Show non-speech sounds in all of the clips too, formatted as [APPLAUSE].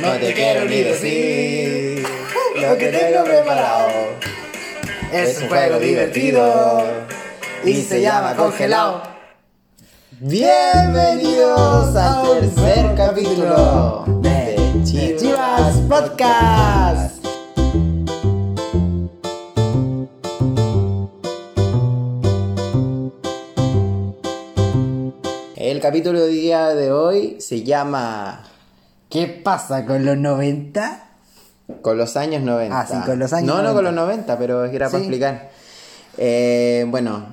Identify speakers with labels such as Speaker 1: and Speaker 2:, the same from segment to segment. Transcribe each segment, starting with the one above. Speaker 1: No te quiero ni decir lo que tengo preparado. Es un juego divertido y se llama Congelado. Bienvenidos al tercer capítulo de Chivas Podcast. El capítulo de día de hoy se llama
Speaker 2: ¿Qué pasa con los 90?
Speaker 1: Con los años 90.
Speaker 2: Ah, sí, con los años
Speaker 1: No, no
Speaker 2: 90.
Speaker 1: con los 90, pero era para
Speaker 2: Sí.
Speaker 1: explicar. Eh, bueno,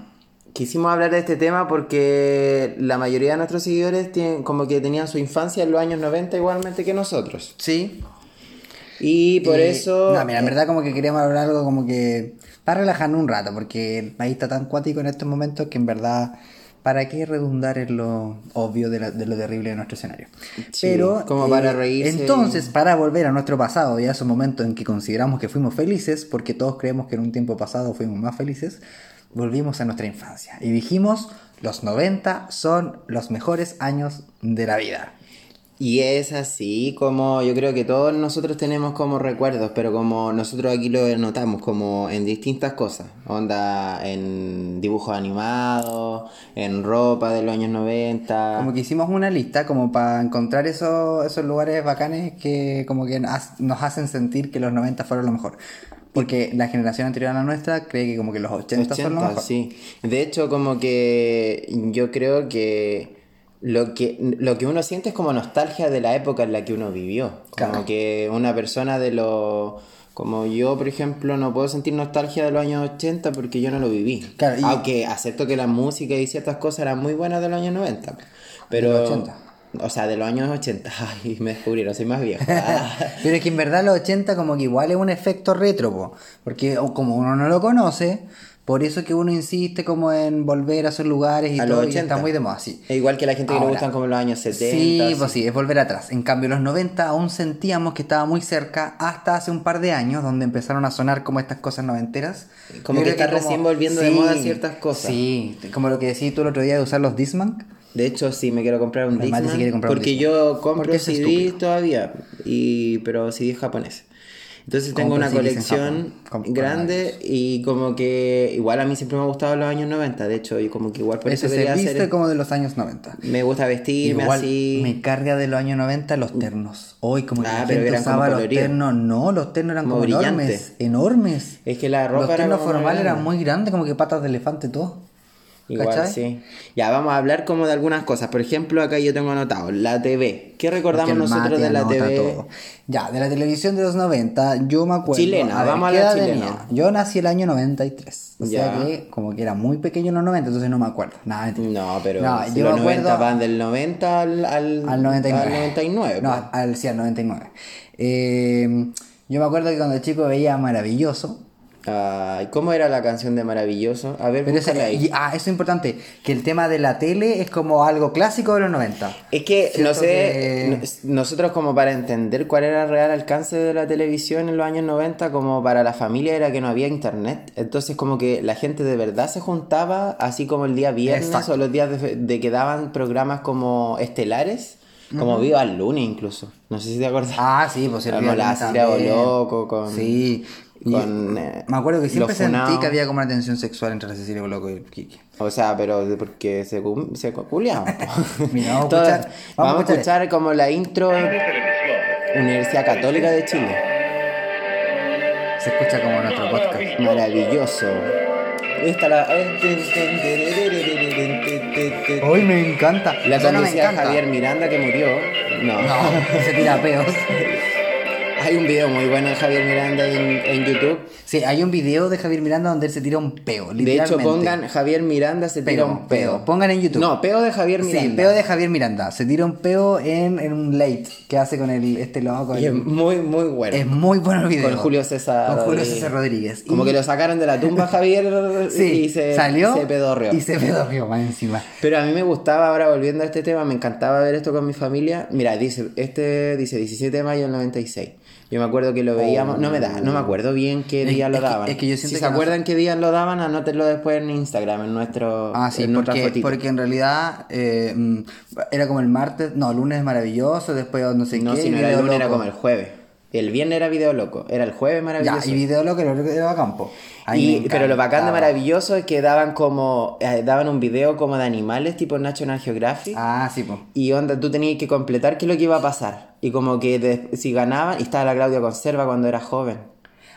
Speaker 1: quisimos hablar de este tema porque la mayoría de nuestros seguidores tienen, como que tenían su infancia en los años 90 igualmente que nosotros.
Speaker 2: Sí.
Speaker 1: Y por
Speaker 2: Eh,
Speaker 1: eso...
Speaker 2: No, mira, en verdad como que queríamos hablar algo como que... Para relajarnos un rato, porque el país está tan cuático en estos momentos que en verdad... ¿Para qué redundar en lo obvio de, la- de lo terrible de nuestro escenario? eh,
Speaker 1: Sí, como para reírse
Speaker 2: Entonces, para volver a nuestro pasado y a esos momentos en que consideramos que fuimos felices, porque todos creemos que en un tiempo pasado fuimos más felices, volvimos a nuestra infancia y dijimos, los 90 son los mejores años de la vida.
Speaker 1: Y es así como yo creo que todos nosotros tenemos como recuerdos, pero como nosotros aquí lo notamos como en distintas cosas. Onda en dibujos animados, en ropa de los años 90.
Speaker 2: Como que hicimos una lista como para encontrar esos, esos lugares bacanes que como que nas- nos hacen sentir que los 90 fueron lo mejor. Porque la generación anterior a la nuestra cree que como que los 80, son lo
Speaker 1: 80,
Speaker 2: mejor.
Speaker 1: sí. De hecho, como que yo creo que lo que lo que uno siente es como nostalgia de la época en la que uno vivió. Como
Speaker 2: Claro.
Speaker 1: que una persona de los como yo, por ejemplo, no puedo sentir nostalgia de los años 80 porque yo no lo viví.
Speaker 2: Claro, y-
Speaker 1: Aunque acepto que la música y ciertas cosas eran muy buenas de los años 90. Pero
Speaker 2: De los 80.
Speaker 1: O sea, de los años 80. [LAUGHS] Ay, me descubrieron, soy más
Speaker 2: [LAUGHS]
Speaker 1: viejo. Ah.
Speaker 2: [LAUGHS] Pero es que en verdad los 80 como que igual es un efecto retro, po. porque o- como uno no lo conoce, por eso que uno insiste como en volver a esos lugares y
Speaker 1: A los
Speaker 2: todo, y
Speaker 1: 80.
Speaker 2: está muy de moda, sí.
Speaker 1: Es E igual que la gente que le
Speaker 2: Ahora.
Speaker 1: gustan como los años 70.
Speaker 2: Sí,
Speaker 1: así.
Speaker 2: pues sí, es volver atrás. En cambio, los 90 aún sentíamos que estaba muy cerca hasta hace un par de años, donde empezaron a sonar como estas cosas noventeras.
Speaker 1: Como
Speaker 2: Yo
Speaker 1: que
Speaker 2: creo
Speaker 1: está recién volviendo de moda ciertas cosas.
Speaker 2: Sí, como lo que decís tú el otro día de usar los Disman.
Speaker 1: De hecho, sí, me quiero comprar un
Speaker 2: Mi madre
Speaker 1: Discman.
Speaker 2: se quiere comprar un
Speaker 1: porque
Speaker 2: Discman.
Speaker 1: yo compro
Speaker 2: Porque es
Speaker 1: CD
Speaker 2: estúpido.
Speaker 1: todavía, y, pero CD japonés. Entonces tengo
Speaker 2: Compra
Speaker 1: una
Speaker 2: CDs en
Speaker 1: colección
Speaker 2: Japón, con- con
Speaker 1: grande y como que igual a mí siempre me ha gustado los años 90, de hecho, y como que igual por eso
Speaker 2: Ese se
Speaker 1: quería
Speaker 2: viste
Speaker 1: hacer...
Speaker 2: como de los años 90.
Speaker 1: Me gusta vestirme
Speaker 2: Igual
Speaker 1: así. Uh.
Speaker 2: me carga de los años 90 los ternos. Hoy como que
Speaker 1: Ah,
Speaker 2: la
Speaker 1: pero
Speaker 2: gente
Speaker 1: eran como
Speaker 2: usaba los
Speaker 1: coloridos.
Speaker 2: ternos. No, los ternos eran
Speaker 1: Como
Speaker 2: como,
Speaker 1: brillantes.
Speaker 2: enormes. Enormes.
Speaker 1: Es que la ropa
Speaker 2: los
Speaker 1: era
Speaker 2: ternos
Speaker 1: como
Speaker 2: formales eran
Speaker 1: grande.
Speaker 2: muy grandes, como que patas de elefante y todo.
Speaker 1: Igual,
Speaker 2: ¿Cachai?
Speaker 1: sí. Ya, vamos a hablar como de algunas cosas. Por ejemplo, acá yo tengo anotado la TV. ¿Qué recordamos
Speaker 2: Porque el
Speaker 1: nosotros
Speaker 2: mate
Speaker 1: de la
Speaker 2: anota
Speaker 1: TV?
Speaker 2: todo. Ya, de la televisión de los 90, yo me acuerdo.
Speaker 1: Chilena, vamos a
Speaker 2: ¿qué
Speaker 1: la
Speaker 2: edad
Speaker 1: chilena.
Speaker 2: tenía? Yo nací el año 93. O
Speaker 1: Ya. Mm,
Speaker 2: sea que como que era muy pequeño en los 90, entonces no me acuerdo. Nada, mentira.
Speaker 1: No, pero
Speaker 2: No,
Speaker 1: si
Speaker 2: yo
Speaker 1: los
Speaker 2: me acuerdo-
Speaker 1: 90 van del 90 al, al,
Speaker 2: Al 99.
Speaker 1: al 99,
Speaker 2: No,
Speaker 1: pues.
Speaker 2: al, sí, al 99. Eh, yo me acuerdo que cuando chico veía Maravilloso.
Speaker 1: Ay, ¿Cómo era la canción de Maravilloso? A ver,
Speaker 2: Pero esa-
Speaker 1: búscala ahí.
Speaker 2: y- ah, eso es importante, que el tema de la tele es como algo clásico de los 90.
Speaker 1: Es que, no
Speaker 2: Siento
Speaker 1: sé,
Speaker 2: que-
Speaker 1: nos- nosotros como para entender cuál era el real alcance de la televisión en los años 90, como para la familia era que no había internet. Entonces como que la gente de verdad se juntaba, así como el día viernes
Speaker 2: Exacto.
Speaker 1: o los días de, de que daban programas como estelares, como Viva el lunes incluso. No sé si te acuerdas.
Speaker 2: Ah, sí, pues el
Speaker 1: Como
Speaker 2: día
Speaker 1: la
Speaker 2: de
Speaker 1: Cira
Speaker 2: también.
Speaker 1: Boloco con...
Speaker 2: Sí. Y
Speaker 1: con, eh,
Speaker 2: me acuerdo que siempre
Speaker 1: los funados.
Speaker 2: sentí que había como una tensión sexual entre la Cecilia Boloco y el Kiki.
Speaker 1: O sea, pero de- porque se, cu- se cu- culiaban, po.
Speaker 2: [LAUGHS] Mira, vamos a
Speaker 1: Todas-
Speaker 2: escuchar-
Speaker 1: vamos,
Speaker 2: vamos
Speaker 1: a
Speaker 2: a
Speaker 1: escuchar,
Speaker 2: escuchar.
Speaker 1: como la intro Universidad Católica de Chile.
Speaker 2: Se escucha como en nuestro podcast.
Speaker 1: Maravilloso. Esta la. eh,
Speaker 2: Hoy me encanta.
Speaker 1: La
Speaker 2: O sea, no me
Speaker 1: conducía
Speaker 2: encanta.
Speaker 1: Javier Miranda que murió. No.
Speaker 2: No, se tira peos.
Speaker 1: [LAUGHS] Hay un video muy bueno de Javier Miranda en, en YouTube.
Speaker 2: Sí, hay un video de Javier Miranda donde él se tira un peo,
Speaker 1: De hecho,
Speaker 2: literalmente.
Speaker 1: pongan Javier Miranda se tira
Speaker 2: Peo,
Speaker 1: un peo.
Speaker 2: peo. Pongan en YouTube.
Speaker 1: No, peo de Javier Miranda.
Speaker 2: Sí, peo de Javier Miranda. Se tira un peo en, en un late que hace con el, este loco.
Speaker 1: Y es muy, muy bueno.
Speaker 2: Es muy bueno el video.
Speaker 1: Con Julio César
Speaker 2: Con Julio
Speaker 1: Rodríguez.
Speaker 2: César Rodríguez.
Speaker 1: Como
Speaker 2: Y-
Speaker 1: que lo sacaron de la
Speaker 2: [LAUGHS]
Speaker 1: tumba Javier
Speaker 2: sí,
Speaker 1: y se,
Speaker 2: salió
Speaker 1: se pedorreó.
Speaker 2: Y se pedorreó más encima.
Speaker 1: Pero a mí me gustaba, ahora volviendo a este tema, me encantaba ver esto con mi familia. Mira, dice, este dice 17 de mayo del 96. Yo me acuerdo que lo veíamos, no me da, no me acuerdo bien qué
Speaker 2: Oh, Es-
Speaker 1: día lo
Speaker 2: es que-
Speaker 1: daban.
Speaker 2: es que yo siento
Speaker 1: si
Speaker 2: que
Speaker 1: se
Speaker 2: nos-
Speaker 1: acuerdan qué día lo daban, anótenlo después en Instagram, en nuestro
Speaker 2: Ah, sí,
Speaker 1: en nuestra
Speaker 2: porque,
Speaker 1: fotito.
Speaker 2: porque en realidad eh, mm, era como el martes, no, lunes maravilloso, después no sé
Speaker 1: No,
Speaker 2: qué.
Speaker 1: si no
Speaker 2: y
Speaker 1: era el
Speaker 2: Video
Speaker 1: lunes, era
Speaker 2: Loco.
Speaker 1: como el jueves. El viernes era video loco, era el jueves maravilloso.
Speaker 2: Ya, y video loco era lo que daba campo. Ahí
Speaker 1: Y-
Speaker 2: me
Speaker 1: pero lo bacán de
Speaker 2: encantaba.
Speaker 1: maravilloso es que daban como eh, daban un video como de animales tipo National Geographic
Speaker 2: Ah, sí, pues.
Speaker 1: y onda tú tenías que completar qué es lo que iba a pasar y como que de- si ganaban y estaba la Claudia Conserva cuando era joven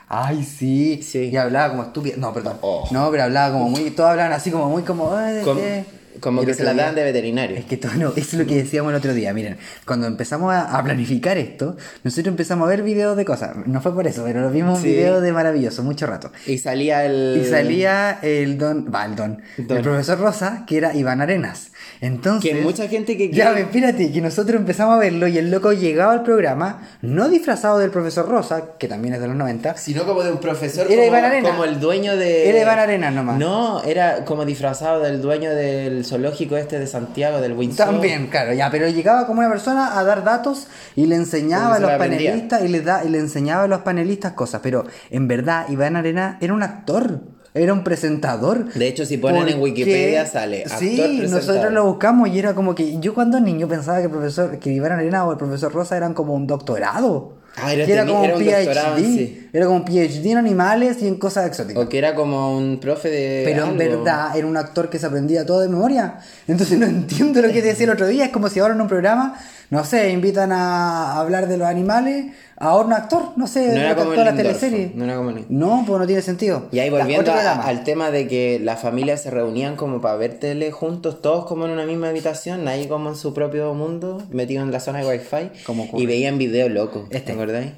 Speaker 2: Ay, sí.
Speaker 1: Sí.
Speaker 2: Y hablaba como estúpida. No, perdón.
Speaker 1: Oh.
Speaker 2: No, pero hablaba como muy. Todos hablaban así como muy como. "Ay,
Speaker 1: Com-
Speaker 2: ¿qué?".
Speaker 1: como
Speaker 2: Y el
Speaker 1: que se
Speaker 2: otro
Speaker 1: la
Speaker 2: día-
Speaker 1: daban de veterinario
Speaker 2: Es que todo no, eso es lo que decíamos el otro día. Miren, cuando empezamos a, a planificar esto, nosotros empezamos a ver videos de cosas. No fue por eso, pero lo vimos un
Speaker 1: Sí.
Speaker 2: video de maravilloso, mucho rato.
Speaker 1: y salía el
Speaker 2: Y salía el don, va, el don,
Speaker 1: Eh, Don.
Speaker 2: el profesor Rosa, que era Iván Arenas. Entonces.
Speaker 1: Que mucha gente que
Speaker 2: Ya,
Speaker 1: quiere-
Speaker 2: espérate, que nosotros empezamos a verlo y el loco llegaba al programa, no disfrazado del profesor Rosa, que también es de los 90,
Speaker 1: sino como de un profesor
Speaker 2: Era
Speaker 1: como,
Speaker 2: Iván Arenas.
Speaker 1: como el dueño de
Speaker 2: Era Iván Arenas nomás.
Speaker 1: no era como disfrazado del dueño del zoológico este de Santiago del Windsor
Speaker 2: También, claro, ya, pero llegaba como una persona a dar datos y le enseñaba a
Speaker 1: Porque se
Speaker 2: los
Speaker 1: la vendía.
Speaker 2: panelistas y le, da, y le enseñaba a los panelistas cosas, pero en verdad Iván Arena era un actor, era un presentador.
Speaker 1: De hecho, si ponen en
Speaker 2: Porque-
Speaker 1: Wikipedia, sale actor,
Speaker 2: Sí,
Speaker 1: presentador.
Speaker 2: nosotros lo buscamos y era como que yo cuando niño pensaba que el profesor, que Iván Arena o el profesor Rosa eran como un doctorado.
Speaker 1: Ah, era
Speaker 2: Que
Speaker 1: teni- era un doctorado, sí.
Speaker 2: Era como un PhD en animales y en cosas exóticas.
Speaker 1: o que era como un profe de
Speaker 2: Pero en
Speaker 1: algo.
Speaker 2: verdad era un actor que se aprendía todo de memoria. Entonces no entiendo lo que te decía el otro día. Es como si ahora en un programa, no sé, invitan a hablar de los animales a un actor, no sé,
Speaker 1: no
Speaker 2: de
Speaker 1: era
Speaker 2: otro
Speaker 1: como
Speaker 2: actor a la
Speaker 1: Lindorfo,
Speaker 2: teleserie.
Speaker 1: no era como Lindorfo.
Speaker 2: No, pues no tiene sentido.
Speaker 1: Y ahí
Speaker 2: Las
Speaker 1: volviendo
Speaker 2: cuatro
Speaker 1: a-
Speaker 2: programas.
Speaker 1: al tema de que las familias se reunían como para ver tele juntos, todos como en una misma habitación, ahí como en su propio mundo, metidos en la zona de wifi,
Speaker 2: Como ocurre.
Speaker 1: y veían video loco,
Speaker 2: Este.
Speaker 1: ¿te acordáis?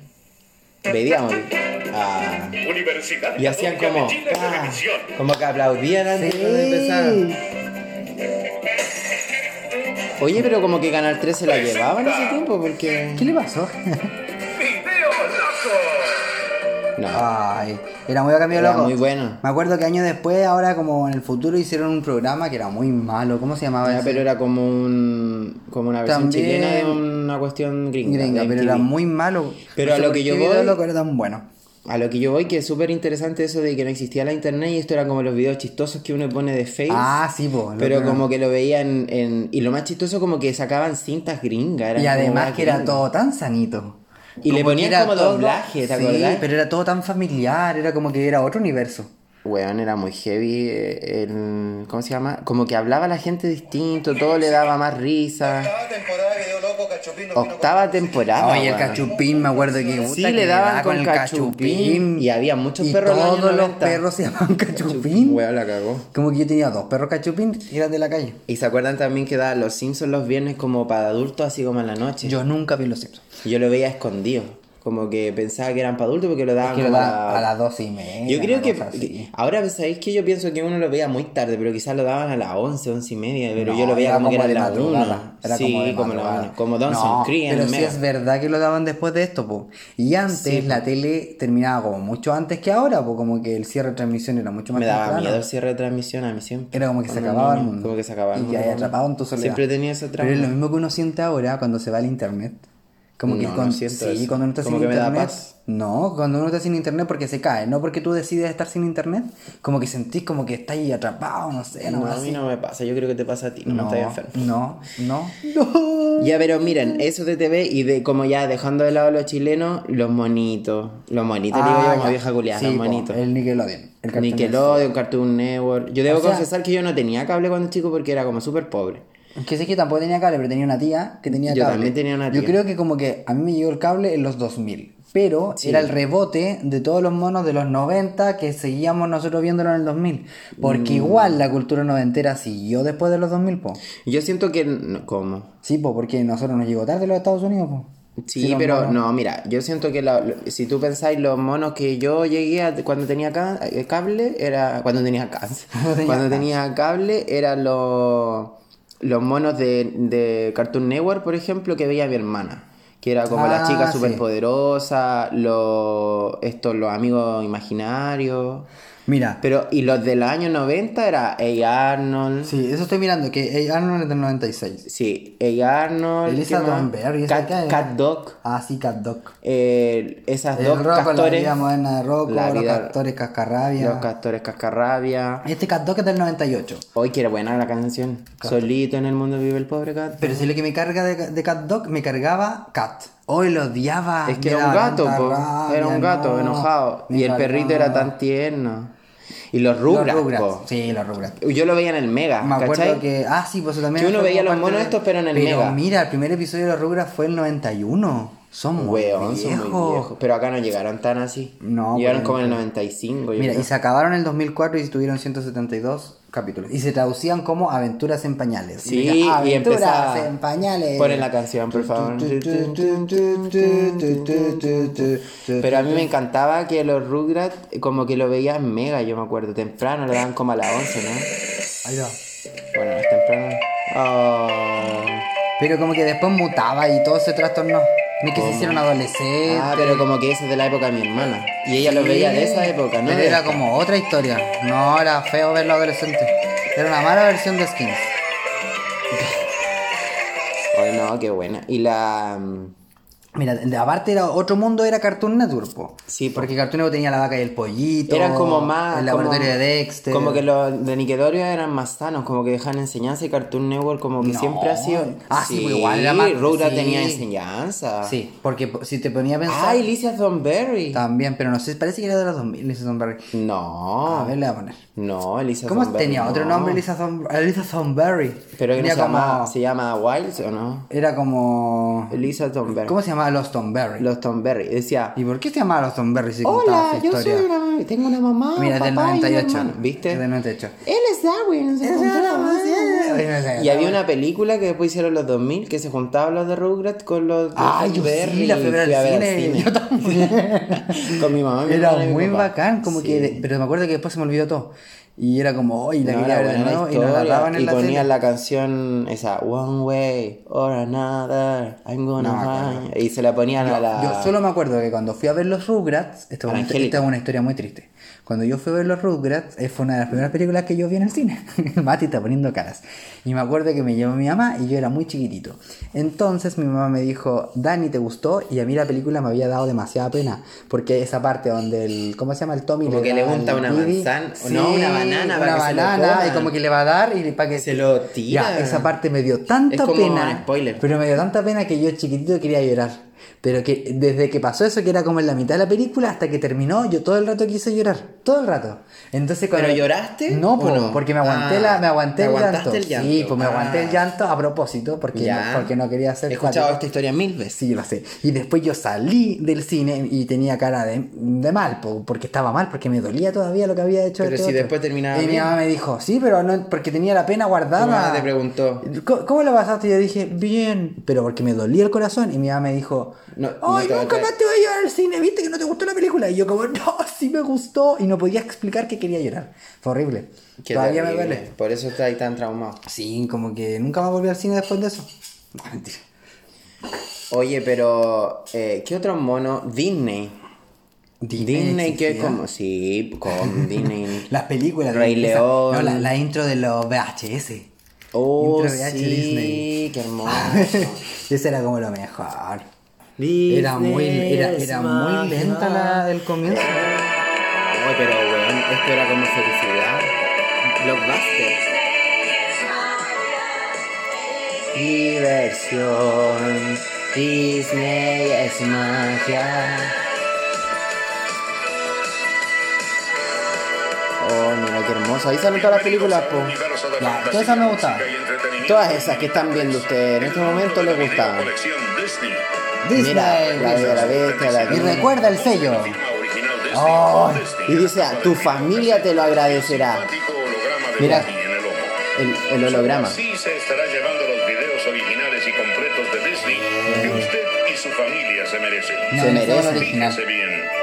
Speaker 1: Veíamos. Ah.
Speaker 3: Universidad
Speaker 1: Y hacían como,
Speaker 3: Católica de Chile,
Speaker 1: ah,
Speaker 3: Televisión.
Speaker 1: como que aplaudían antes de empezar.
Speaker 2: Sí.
Speaker 1: Oye, pero como que Canal 3 se la llevaba en ese tiempo porque...
Speaker 2: ¿Qué le pasó?
Speaker 3: Video loco.
Speaker 2: Ah,
Speaker 1: No,
Speaker 2: Ay, era muy bacán,
Speaker 1: Era
Speaker 2: loco.
Speaker 1: muy bueno.
Speaker 2: Me acuerdo que años después, ahora como en el futuro, hicieron un programa que era muy malo. ¿Cómo se llamaba?
Speaker 1: ya,
Speaker 2: ese?
Speaker 1: Ah, pero era como un como una versión
Speaker 2: También-
Speaker 1: chilena de una cuestión gringa.
Speaker 2: Gringa,
Speaker 1: de
Speaker 2: pero
Speaker 1: MTV.
Speaker 2: era muy malo.
Speaker 1: Pero
Speaker 2: No
Speaker 1: a
Speaker 2: sé
Speaker 1: lo
Speaker 2: por
Speaker 1: que
Speaker 2: qué
Speaker 1: yo
Speaker 2: video
Speaker 1: voy-
Speaker 2: loco era tan bueno.
Speaker 1: A lo que yo voy, que es súper interesante eso de que no existía la internet y esto era como los videos chistosos que uno pone de Face.
Speaker 2: Ah, sí, po, lo
Speaker 1: Pero
Speaker 2: que-
Speaker 1: como que lo veían en... Y lo más chistoso como que sacaban cintas gringas. eran
Speaker 2: Y
Speaker 1: como
Speaker 2: además
Speaker 1: más
Speaker 2: que era
Speaker 1: gringas.
Speaker 2: todo tan sanito.
Speaker 1: Y le
Speaker 2: Como que
Speaker 1: ponían
Speaker 2: era
Speaker 1: como doblaje, ¿te
Speaker 2: sí,
Speaker 1: acordás?
Speaker 2: pero era todo tan familiar, era como que era otro universo.
Speaker 1: Weón, era muy heavy eh, el... ¿Cómo se llama? Como que hablaba la gente distinto, todo le daba más risa.
Speaker 4: Octava temporada de Video Loco, Cachopín. no vino
Speaker 1: Octava temporada.
Speaker 2: Ay, el
Speaker 1: weón.
Speaker 2: cachupín, me acuerdo que puta,
Speaker 1: Ah, Sí,
Speaker 2: que
Speaker 1: le daban
Speaker 2: daba
Speaker 1: con cachupín. Y había muchos
Speaker 2: Y
Speaker 1: perros en los
Speaker 2: Todos
Speaker 1: años
Speaker 2: los
Speaker 1: 90.
Speaker 2: perros se llamaban cachupín.
Speaker 1: Weón, la cagó.
Speaker 2: Como que yo tenía dos perros cachupín y eran de la calle.
Speaker 1: Y se acuerdan también que daban los Simpsons los viernes como para adultos, así como en la noche.
Speaker 2: Yo nunca vi los Simpsons.
Speaker 1: Yo lo veía escondido. Como que pensaba que eran para adultos porque lo daban
Speaker 2: Que lo
Speaker 1: Ah, como
Speaker 2: daban
Speaker 1: a-
Speaker 2: a las dos y media.
Speaker 1: Yo creo
Speaker 2: una
Speaker 1: que.
Speaker 2: cosa así.
Speaker 1: Ahora sabéis que yo pienso que uno lo veía muy tarde, pero quizás lo daban a las 11, 11 y media. Pero
Speaker 2: No,
Speaker 1: yo lo veía
Speaker 2: era
Speaker 1: como, que era
Speaker 2: de
Speaker 1: la
Speaker 2: madrugada,
Speaker 1: una.
Speaker 2: era
Speaker 1: sí,
Speaker 2: como de
Speaker 1: como, la
Speaker 2: madrugada.
Speaker 1: una. Como Dawson
Speaker 2: No,
Speaker 1: Creek en
Speaker 2: Pero
Speaker 1: el
Speaker 2: sí
Speaker 1: mega.
Speaker 2: es verdad que lo daban después de esto, po. Y antes
Speaker 1: Sí, po.
Speaker 2: la tele terminaba como mucho antes que ahora, po. Como que el cierre de transmisión era mucho más
Speaker 1: Me daba
Speaker 2: temprano.
Speaker 1: miedo el cierre de transmisión a mí siempre.
Speaker 2: Era como que se
Speaker 1: Cuando
Speaker 2: acababa el
Speaker 1: niño,
Speaker 2: mundo.
Speaker 1: Como que se acababa el
Speaker 2: Y
Speaker 1: mundo.
Speaker 2: ahí atrapado en tu soledad.
Speaker 1: Siempre tenía ese trauma.
Speaker 2: Pero es lo mismo que uno siente ahora cuando se va al internet. Como que
Speaker 1: No, no
Speaker 2: cuando,
Speaker 1: siento
Speaker 2: sí,
Speaker 1: eso.
Speaker 2: cuando uno está
Speaker 1: Como
Speaker 2: sin
Speaker 1: que me da
Speaker 2: internet.
Speaker 1: paz.
Speaker 2: No, cuando uno está sin internet porque se cae, no porque tú decides estar sin internet, como que sentís como que estás ahí atrapado, no sé, no,
Speaker 1: No, a mí no me pasa. Yo creo que te pasa a ti. No, me estás enfermo.
Speaker 2: no, no,
Speaker 1: Ya, pero miren, eso de TV y de como ya dejando de lado a los chilenos, los monitos. Los monitos, digo yo,
Speaker 2: Ah,
Speaker 1: como
Speaker 2: ya.
Speaker 1: vieja culiada,
Speaker 2: Sí,
Speaker 1: los
Speaker 2: po,
Speaker 1: monitos.
Speaker 2: El Nickelodeon. El Cartoon
Speaker 1: Nickelodeon, Cartoon Network. Yo debo
Speaker 2: O sea-
Speaker 1: confesar que yo no tenía cable cuando chico porque era como súper pobre.
Speaker 2: Network. Que sé que tampoco tenía cable, pero tenía una tía que tenía
Speaker 1: Yo
Speaker 2: cable.
Speaker 1: también tenía una
Speaker 2: Yo
Speaker 1: tía.
Speaker 2: creo que como que a mí me llegó el cable en los 2000. Pero
Speaker 1: Sí.
Speaker 2: era el rebote de todos los monos de los 90 que seguíamos nosotros viéndolo en el 2000. Porque
Speaker 1: Mm.
Speaker 2: igual la cultura noventera siguió después de los 2000, po.
Speaker 1: Yo siento que... no- ¿Cómo?
Speaker 2: Sí, po, porque nosotros nos llegó tarde los Estados Unidos, po.
Speaker 1: Sí,
Speaker 2: Si los
Speaker 1: pero
Speaker 2: monos-
Speaker 1: no, mira, yo siento que la- lo- si tú pensáis los monos que yo llegué a- cuando tenía ca- eh, cable, era cuando tenía cáncer.
Speaker 2: [LAUGHS] Cuando tenía
Speaker 1: cuando
Speaker 2: cáncer.
Speaker 1: tenía cable eran los, los monos de, de Cartoon Network, por ejemplo, que veía mi hermana. Que era como la
Speaker 2: Ah,
Speaker 1: chica
Speaker 2: sí.
Speaker 1: superpoderosa, los, estos, los amigos imaginarios.
Speaker 2: Mira,
Speaker 1: Pero, y los de los años 90 era A. Arnold. Sí,
Speaker 2: sí, eso estoy mirando, que eh, Arnold es del 96.
Speaker 1: A. Arnold.
Speaker 2: Elisa
Speaker 1: ¿qué más?
Speaker 2: Dunbar, ¿y esa
Speaker 1: Cat,
Speaker 2: qué es?
Speaker 1: Cat Dog.
Speaker 2: Ah, sí, Cat Dog.
Speaker 1: eh, esas
Speaker 2: El
Speaker 1: dos
Speaker 2: Rocco, la
Speaker 1: castores.
Speaker 2: vida moderna de Rocco,
Speaker 1: La
Speaker 2: los
Speaker 1: vida-
Speaker 2: castores cascarrabia.
Speaker 1: Los castores cascarrabia.
Speaker 2: Este Cat Dog es del 98.
Speaker 1: Hoy que era buena la canción. Solito en el mundo vive el pobre gato.
Speaker 2: Pero si lo que me carga de, de Cat Dog, me cargaba Cat. Hoy lo odiaba.
Speaker 1: es que
Speaker 2: me
Speaker 1: era un
Speaker 2: daba
Speaker 1: gato,
Speaker 2: tanta
Speaker 1: po.
Speaker 2: rabia,
Speaker 1: Era un gato
Speaker 2: no.
Speaker 1: enojado.
Speaker 2: Me
Speaker 1: Y el perrito era
Speaker 2: cargaba.
Speaker 1: tan tierno. Y los
Speaker 2: Los
Speaker 1: rubras,
Speaker 2: Rugrats.
Speaker 1: po.
Speaker 2: Sí, los Rugrats.
Speaker 1: Yo lo veía en el Mega,
Speaker 2: Me acuerdo
Speaker 1: ¿cachai?
Speaker 2: que. Ah, sí, pues eso también.
Speaker 1: Que uno
Speaker 2: fue
Speaker 1: veía
Speaker 2: como
Speaker 1: los
Speaker 2: parte
Speaker 1: monos estos, pero en el
Speaker 2: Pero
Speaker 1: Mega.
Speaker 2: mira, el primer episodio de los Rugrats fue el 91. Son muy
Speaker 1: Weón, son
Speaker 2: viejos.
Speaker 1: muy viejos. Pero acá no llegaron tan así.
Speaker 2: No,
Speaker 1: Llegaron
Speaker 2: pues,
Speaker 1: como en el 95. yo
Speaker 2: Mira,
Speaker 1: creo.
Speaker 2: y se acabaron en el 2004 y tuvieron 172 capítulos. Y se traducían como Aventuras en Pañales.
Speaker 1: Sí,
Speaker 2: dije,
Speaker 1: y
Speaker 2: Aventuras
Speaker 1: empezaba-
Speaker 2: en Pañales.
Speaker 1: Ponen la canción, por favor. Pero a mí me encantaba que los Rugrats, eh, como que lo veía en Mega, yo me acuerdo. Temprano, lo daban como a las 11, ¿no?
Speaker 2: Ahí va.
Speaker 1: Bueno, no es temprano. Oh.
Speaker 2: Pero como que después mutaba y todo se trastornó. Ni que se hicieron adolescentes.
Speaker 1: Ah, pero como que ese es de la época de mi hermana. Y ella lo veía de esa época, ¿no?
Speaker 2: Pero
Speaker 1: De
Speaker 2: era
Speaker 1: esta.
Speaker 2: como otra historia. No, era feo verlo adolescente. Era una mala versión de Skins.
Speaker 1: Ay, no, qué buena. Y la. mm,
Speaker 2: Mira, de- aparte era otro mundo era Cartoon Network, po.
Speaker 1: Sí, po.
Speaker 2: porque Cartoon Network tenía la vaca y el pollito.
Speaker 1: Eran como más.
Speaker 2: el
Speaker 1: como-
Speaker 2: laboratorio de Dexter.
Speaker 1: Como que los de Nickelodeon eran más sanos, como que dejan enseñanza y Cartoon Network como que
Speaker 2: No.
Speaker 1: siempre ha sido.
Speaker 2: Ah, sí, pues igual era más-
Speaker 1: Rugrats
Speaker 2: sí.
Speaker 1: tenía enseñanza.
Speaker 2: Sí, porque po- si te ponía a pensar
Speaker 1: Ah, Alicia Thornberry.
Speaker 2: también, pero no sé, parece que era de los 2000 Lisa Thornberry.
Speaker 1: No.
Speaker 2: A ver, le voy a poner.
Speaker 1: No, Alicia
Speaker 2: ¿Cómo
Speaker 1: Thornberry,
Speaker 2: tenía
Speaker 1: no.
Speaker 2: otro nombre Lisa Thornberry? Lisa Thornberry.
Speaker 1: Pero que no
Speaker 2: era
Speaker 1: se,
Speaker 2: como
Speaker 1: llama, se llama Wilds o no?
Speaker 2: era como
Speaker 1: Elisa Thornberry.
Speaker 2: ¿Cómo se llamaba los Thornberry?
Speaker 1: Los Thornberry. Decía,
Speaker 2: ¿Y por qué se llamaba los Thornberry si contaba
Speaker 1: hola,
Speaker 2: su
Speaker 1: yo
Speaker 2: historia?
Speaker 1: soy una mamá, tengo una mamá,
Speaker 2: Mira, es del
Speaker 1: papá y un
Speaker 2: 98.
Speaker 1: hermano. ¿Viste?
Speaker 2: Es del 98.
Speaker 1: Él es Darwin. no sé cómo se llama. Y había una película que después hicieron los 2000 que se juntaban los de Rugrats con los de
Speaker 2: Ay, yo sí,
Speaker 1: Berry,
Speaker 2: la fui a ver
Speaker 1: fui a
Speaker 2: al
Speaker 1: ver
Speaker 2: cine.
Speaker 1: al
Speaker 2: Yo también.
Speaker 1: [LAUGHS] con mi mamá. mi
Speaker 2: Era
Speaker 1: hermana y mi
Speaker 2: muy
Speaker 1: ¿eh? papá.
Speaker 2: bacán, como
Speaker 1: Sí.
Speaker 2: que. Pero me acuerdo que después se me olvidó todo. Y era como, hoy la
Speaker 1: No,
Speaker 2: quería
Speaker 1: era
Speaker 2: ver de
Speaker 1: buena
Speaker 2: nuevo",
Speaker 1: la
Speaker 2: y la
Speaker 1: historia,
Speaker 2: daban en
Speaker 1: y
Speaker 2: la
Speaker 1: ponían
Speaker 2: tele.
Speaker 1: la canción esa One Way or Another I'm
Speaker 2: No me
Speaker 1: gonna
Speaker 2: acuerdo.
Speaker 1: find y se la ponían a la
Speaker 2: Yo solo me acuerdo que cuando fui a ver los Rugrats, esto, es una-
Speaker 1: Angélica.
Speaker 2: esta es una historia muy triste. Cuando yo fui a ver los Rugrats, eh, fue una de las primeras películas que yo vi en el cine. [LAUGHS] Mati está poniendo caras. Y me acuerdo que me llevó mi mamá y yo era muy chiquitito. Entonces mi mamá me dijo, Dani, ¿te gustó? Y a mí la película me había dado demasiada pena. Porque esa parte donde el, ¿cómo se llama? El Tommy
Speaker 1: Como que le
Speaker 2: da
Speaker 1: unta
Speaker 2: al
Speaker 1: una
Speaker 2: Didi.
Speaker 1: manzana, o no, una banana
Speaker 2: una
Speaker 1: para que se lo
Speaker 2: banana,
Speaker 1: coma.
Speaker 2: y como que le va a dar y para que
Speaker 1: Se lo tira.
Speaker 2: Ya, esa parte me dio tanta
Speaker 1: Es como
Speaker 2: pena.
Speaker 1: un spoiler.
Speaker 2: Pero me dio tanta pena que yo chiquitito quería llorar. Pero que desde que pasó eso, que era como en la mitad de la película, hasta que terminó, yo todo el rato quise llorar. Todo el rato. Entonces, cuando...
Speaker 1: ¿Pero lloraste
Speaker 2: No,
Speaker 1: o
Speaker 2: po,
Speaker 1: no?
Speaker 2: porque me aguanté,
Speaker 1: Ah,
Speaker 2: la, me aguanté
Speaker 1: te
Speaker 2: el,
Speaker 1: aguantaste
Speaker 2: llanto.
Speaker 1: el
Speaker 2: Sí,
Speaker 1: llanto.
Speaker 2: pues me aguanté el
Speaker 1: Ah.
Speaker 2: llanto a propósito, porque,
Speaker 1: Ya.
Speaker 2: no, porque no quería hacer
Speaker 1: He escuchado
Speaker 2: cuático.
Speaker 1: esta historia mil veces.
Speaker 2: Sí, lo sé. Y después yo salí del cine y tenía cara de, de mal, po, porque estaba mal, porque me dolía todavía lo que había hecho.
Speaker 1: Pero
Speaker 2: este
Speaker 1: si
Speaker 2: otro.
Speaker 1: después terminaba
Speaker 2: Y mi
Speaker 1: bien.
Speaker 2: mamá me dijo, sí, pero no, porque tenía la pena guardada.
Speaker 1: Tu mamá te preguntó.
Speaker 2: "¿Cómo- ¿Cómo la pasaste? Y yo dije, bien, pero porque me dolía el corazón. Y mi mamá me dijo,
Speaker 1: No, no
Speaker 2: ay,
Speaker 1: te va a
Speaker 2: nunca
Speaker 1: caer".
Speaker 2: más te voy a llevar al cine, viste que no te gustó la película. Y yo como, no, sí me gustó. Y no podía explicar que quería llorar. Fue horrible.
Speaker 1: Qué
Speaker 2: todavía me
Speaker 1: terrible.
Speaker 2: duele.
Speaker 1: Por eso está ahí tan traumado.
Speaker 2: Sí, como que nunca más volví al cine después de eso. No, mentira.
Speaker 1: Oye, pero eh, ¿qué otro mono? Disney. Disney, que es
Speaker 2: existía.
Speaker 1: como sí,
Speaker 2: [LAUGHS]
Speaker 1: con Disney.
Speaker 2: Las películas. de
Speaker 1: Rey
Speaker 2: esa-
Speaker 1: León.
Speaker 2: No, la, la intro de los VHS.
Speaker 1: Oh,
Speaker 2: Intro VH
Speaker 1: sí,
Speaker 2: Disney. [LAUGHS]
Speaker 1: qué hermoso.
Speaker 2: Ese era como lo mejor. Era muy, era, era muy lenta la, el comienzo.
Speaker 1: Ay, pero weón, esto era como felicidad. Blockbuster. Diversión. Disney es magia. Oh, mira qué hermoso. Ahí salen todas las películas, po.
Speaker 3: Universo de
Speaker 2: Ya,
Speaker 3: fantasía,
Speaker 2: todas esas me gustan.
Speaker 3: música y entretenimiento.
Speaker 1: Todas esas que están viendo ustedes en este momento les gustaban. Este,
Speaker 3: Colección Disney.
Speaker 2: Disney.
Speaker 1: Mira, la de la bestia, la
Speaker 2: y
Speaker 1: de-
Speaker 2: recuerda el sello.
Speaker 3: Firma original Disney.
Speaker 2: Oh,
Speaker 3: Disney.
Speaker 1: Y dice, ah, tu familia te lo agradecerá.
Speaker 3: Simpático holograma de
Speaker 1: Mira.
Speaker 3: Disney en el ojo.
Speaker 1: El, el holograma.
Speaker 3: Así se estará llevando los videos originales y completos de Disney que usted y su familia se merecen.
Speaker 2: No,
Speaker 1: Se
Speaker 2: el sello
Speaker 1: merece.
Speaker 2: original.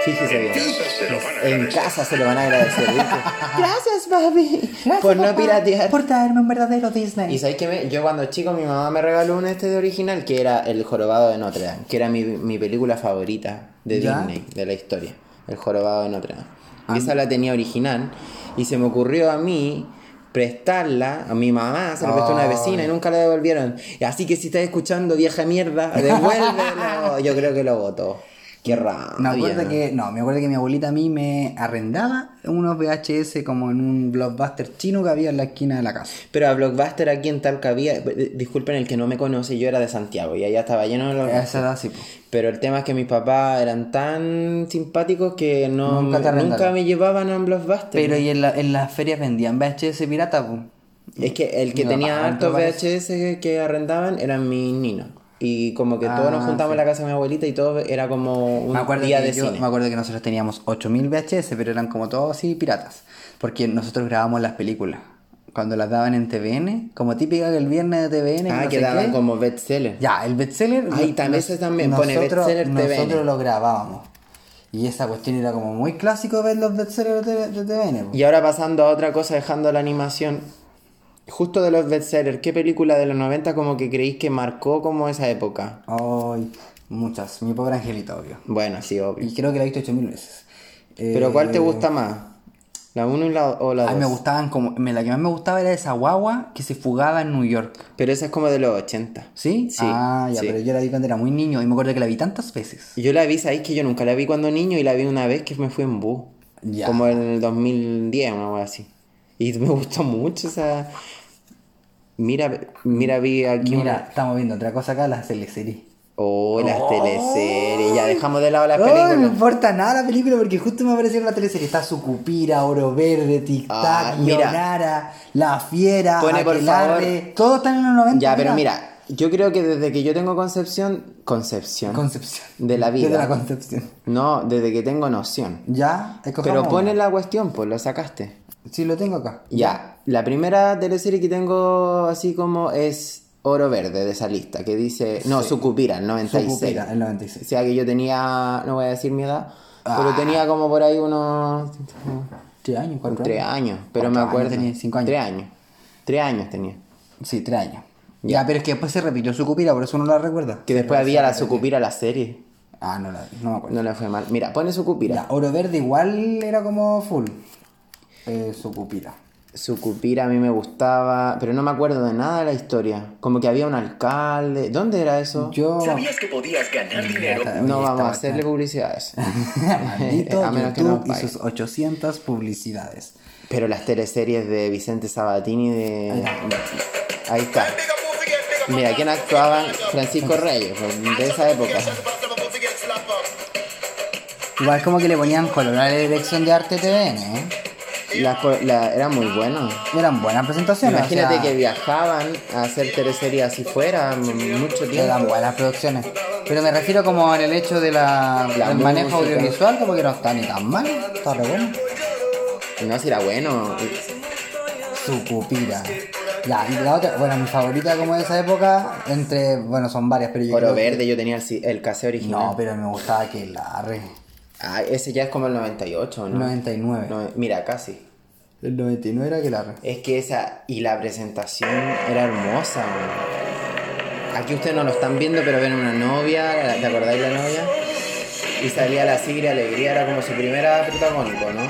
Speaker 3: Fíjese bien.
Speaker 1: Fíjese bien.
Speaker 3: En casa se lo van a
Speaker 1: En
Speaker 3: agradecer.
Speaker 1: casa se lo van a agradecer. ¿viste? Gracias, papi.
Speaker 2: Gracias,
Speaker 1: por no
Speaker 2: papá,
Speaker 1: piratear.
Speaker 2: Por traerme un verdadero
Speaker 1: Y
Speaker 2: Disney.
Speaker 1: sabéis que yo cuando chico mi mamá me regaló un este de original que era El Jorobado de Notre Dame, que era mi, mi película favorita de
Speaker 2: ¿Ya?
Speaker 1: Disney, de la historia. El Jorobado de Notre Dame.
Speaker 2: Ah.
Speaker 1: Esa la tenía original. Y se me ocurrió a mí prestarla a mi mamá, se la prestó una vecina y nunca la devolvieron. Así que si estás escuchando vieja
Speaker 2: [LAUGHS]
Speaker 1: mierda, devuélvelo. Yo creo que lo voto. Qué raro.
Speaker 2: Me acuerdo, que, no, me acuerdo que mi abuelita a mí me arrendaba unos VHS como en un blockbuster chino que había en la esquina de la casa.
Speaker 1: Pero a Blockbuster aquí en Talca había, eh, disculpen el que no me conoce, yo era de Santiago y allá estaba lleno de los...
Speaker 2: A esa edad sí, po.
Speaker 1: Pero el tema es que mis papás eran tan simpáticos que no
Speaker 2: Nunca te
Speaker 1: nunca,
Speaker 2: arrendaron.
Speaker 1: me llevaban a un Blockbuster.
Speaker 2: Pero y en, la- en las ferias vendían VHS pirata, po.
Speaker 1: Es que el que
Speaker 2: Mi
Speaker 1: tenía
Speaker 2: papá,
Speaker 1: hartos
Speaker 2: me parece.
Speaker 1: VHS que- que arrendaban eran mis ninos. Y como que todos
Speaker 2: Ah,
Speaker 1: nos juntamos
Speaker 2: sí.
Speaker 1: en la casa de mi abuelita y todo era como un
Speaker 2: Me acuerdo,
Speaker 1: día
Speaker 2: que
Speaker 1: de
Speaker 2: yo-
Speaker 1: cine.
Speaker 2: me acuerdo que nosotros teníamos 8000 VHS, pero eran como todos así piratas. Porque nosotros grabamos las películas. Cuando las daban en TVN, como típica que el viernes de TVN.
Speaker 1: ah,
Speaker 2: no
Speaker 1: que
Speaker 2: sé
Speaker 1: daban
Speaker 2: qué.
Speaker 1: como bestseller.
Speaker 2: Ya, el bestseller.
Speaker 1: Ahí
Speaker 2: no-
Speaker 1: también,
Speaker 2: nos-
Speaker 1: eso también, pone bestseller TVN.
Speaker 2: Nosotros lo grabábamos. Y esa cuestión era como muy clásico ver los bestsellers de, de TVN. po.
Speaker 1: Y ahora pasando a otra cosa, dejando la animación. Justo de los bestsellers, ¿qué película de los 90 como que creéis que marcó como esa época?
Speaker 2: Ay, muchas. Mi pobre angelito, obvio.
Speaker 1: Bueno, sí, obvio.
Speaker 2: Y creo que la he visto 8000 veces.
Speaker 1: Pero ¿cuál te
Speaker 2: Eh,
Speaker 1: gusta más? ¿La 1 o la
Speaker 2: A mí me
Speaker 1: 2?
Speaker 2: gustaban como. me- La que más me gustaba era esa guagua que se fugaba en New York.
Speaker 1: Pero esa es como de los 80.
Speaker 2: ¿Sí?
Speaker 1: Sí,
Speaker 2: Ah, ya,
Speaker 1: sí.
Speaker 2: pero yo la vi cuando era muy niño y me acuerdo que la vi tantas veces.
Speaker 1: Yo la vi, sabéis que yo nunca la vi cuando niño y la vi una vez que me fui en bus.
Speaker 2: Ya.
Speaker 1: Como en el 2010, una wea así. Y me [LAUGHS] gustó mucho esa. Mira, mira, vi aquí
Speaker 2: Mira,
Speaker 1: una.
Speaker 2: estamos viendo otra cosa acá, las teleseries.
Speaker 1: Oh, las teleseries. Ya dejamos de lado las
Speaker 2: No, no
Speaker 1: películas.
Speaker 2: importa nada la película porque justo me apareció en la teleserie. Está Sucupira, Oro Verde, Tic
Speaker 1: Ah,
Speaker 2: Tac,
Speaker 1: mira.
Speaker 2: Leonara, La Fiera,
Speaker 1: Pone, por
Speaker 2: Aquelarre. Todos están en los 90.
Speaker 1: Ya, pero mira, yo creo que desde que yo tengo concepción. Concepción.
Speaker 2: Concepción.
Speaker 1: De la vida.
Speaker 2: Desde la Concepción.
Speaker 1: No, desde que tengo noción.
Speaker 2: Ya, escojamos
Speaker 1: Pero
Speaker 2: una.
Speaker 1: pone la cuestión, pues lo sacaste.
Speaker 2: Sí, lo tengo acá.
Speaker 1: Ya, la primera teleserie que tengo así como es Oro Verde de esa lista, que dice. No,
Speaker 2: Sí.
Speaker 1: Sucupira, el 96.
Speaker 2: Sucupira, el
Speaker 1: O
Speaker 2: 96.
Speaker 1: sea que yo tenía, no voy a decir mi edad,
Speaker 2: Ah.
Speaker 1: pero tenía como por ahí unos
Speaker 2: ¿Tres años? ¿Cuatro
Speaker 1: tres
Speaker 2: años?
Speaker 1: años, pero
Speaker 2: Cuatro
Speaker 1: me
Speaker 2: años
Speaker 1: acuerdo.
Speaker 2: tenía, cinco años.
Speaker 1: Tres años. Tres años tenía.
Speaker 2: Sí, tres años. Ya. pero es que después se repitió Sucupira, por eso no la recuerda.
Speaker 1: Que después había la Sucupira la serie.
Speaker 2: Ah, no, la, no me acuerdo.
Speaker 1: No la fue mal. Mira, pone Sucupira.
Speaker 2: Ya, Oro Verde igual era como full. Eh, Sucupira.
Speaker 1: Sucupira a mí me gustaba, pero no me acuerdo de nada de la historia. Como que había un alcalde. ¿Dónde era eso?
Speaker 2: Yo.
Speaker 5: ¿Sabías que podías ganar dinero?
Speaker 1: no
Speaker 2: Oye,
Speaker 1: vamos
Speaker 2: está
Speaker 1: a hacerle publicidad a
Speaker 2: [LAUGHS]
Speaker 1: eso.
Speaker 2: [LAUGHS] Maldito
Speaker 1: a menos que
Speaker 2: YouTube
Speaker 1: nos
Speaker 2: y
Speaker 1: paguen.
Speaker 2: sus 800 publicidades.
Speaker 1: Pero las teleseries de Vicente Sabatini de. Ahí está. Mira, ¿quién actuaba? Francisco Reyes, pues, de esa época.
Speaker 2: Igual como que le ponían color a la dirección de arte TVN, ¿eh?
Speaker 1: Las po- la- era muy bueno.
Speaker 2: Eran buenas presentaciones.
Speaker 1: Imagínate
Speaker 2: o sea,
Speaker 1: que viajaban a hacer teleseries así fuera m- mucho
Speaker 2: Eran
Speaker 1: tiempo.
Speaker 2: buenas producciones. Pero me refiero como en el hecho de la,
Speaker 1: La
Speaker 2: del manejo
Speaker 1: música.
Speaker 2: audiovisual, como que no está ni tan mal. Está re bueno.
Speaker 1: No, si era bueno.
Speaker 2: Sucupira. Ya, y la otra, bueno, mi favorita como de esa época, entre, bueno, son varias, pero yo
Speaker 1: Oro
Speaker 2: creo que-
Speaker 1: Verde, yo tenía el, si- el cassette original.
Speaker 2: No, pero me gustaba que la re.
Speaker 1: Ah, ese ya es como el 98, ¿no?
Speaker 2: 99.
Speaker 1: No, mira, casi.
Speaker 2: El 99 era que la re.
Speaker 1: Es que esa. Y la presentación era hermosa, weón. Aquí ustedes no lo están viendo, pero ven una novia. la- ¿Te acordáis la novia? Y salía la Sigre Alegría, era como su primera protagónico, ¿no?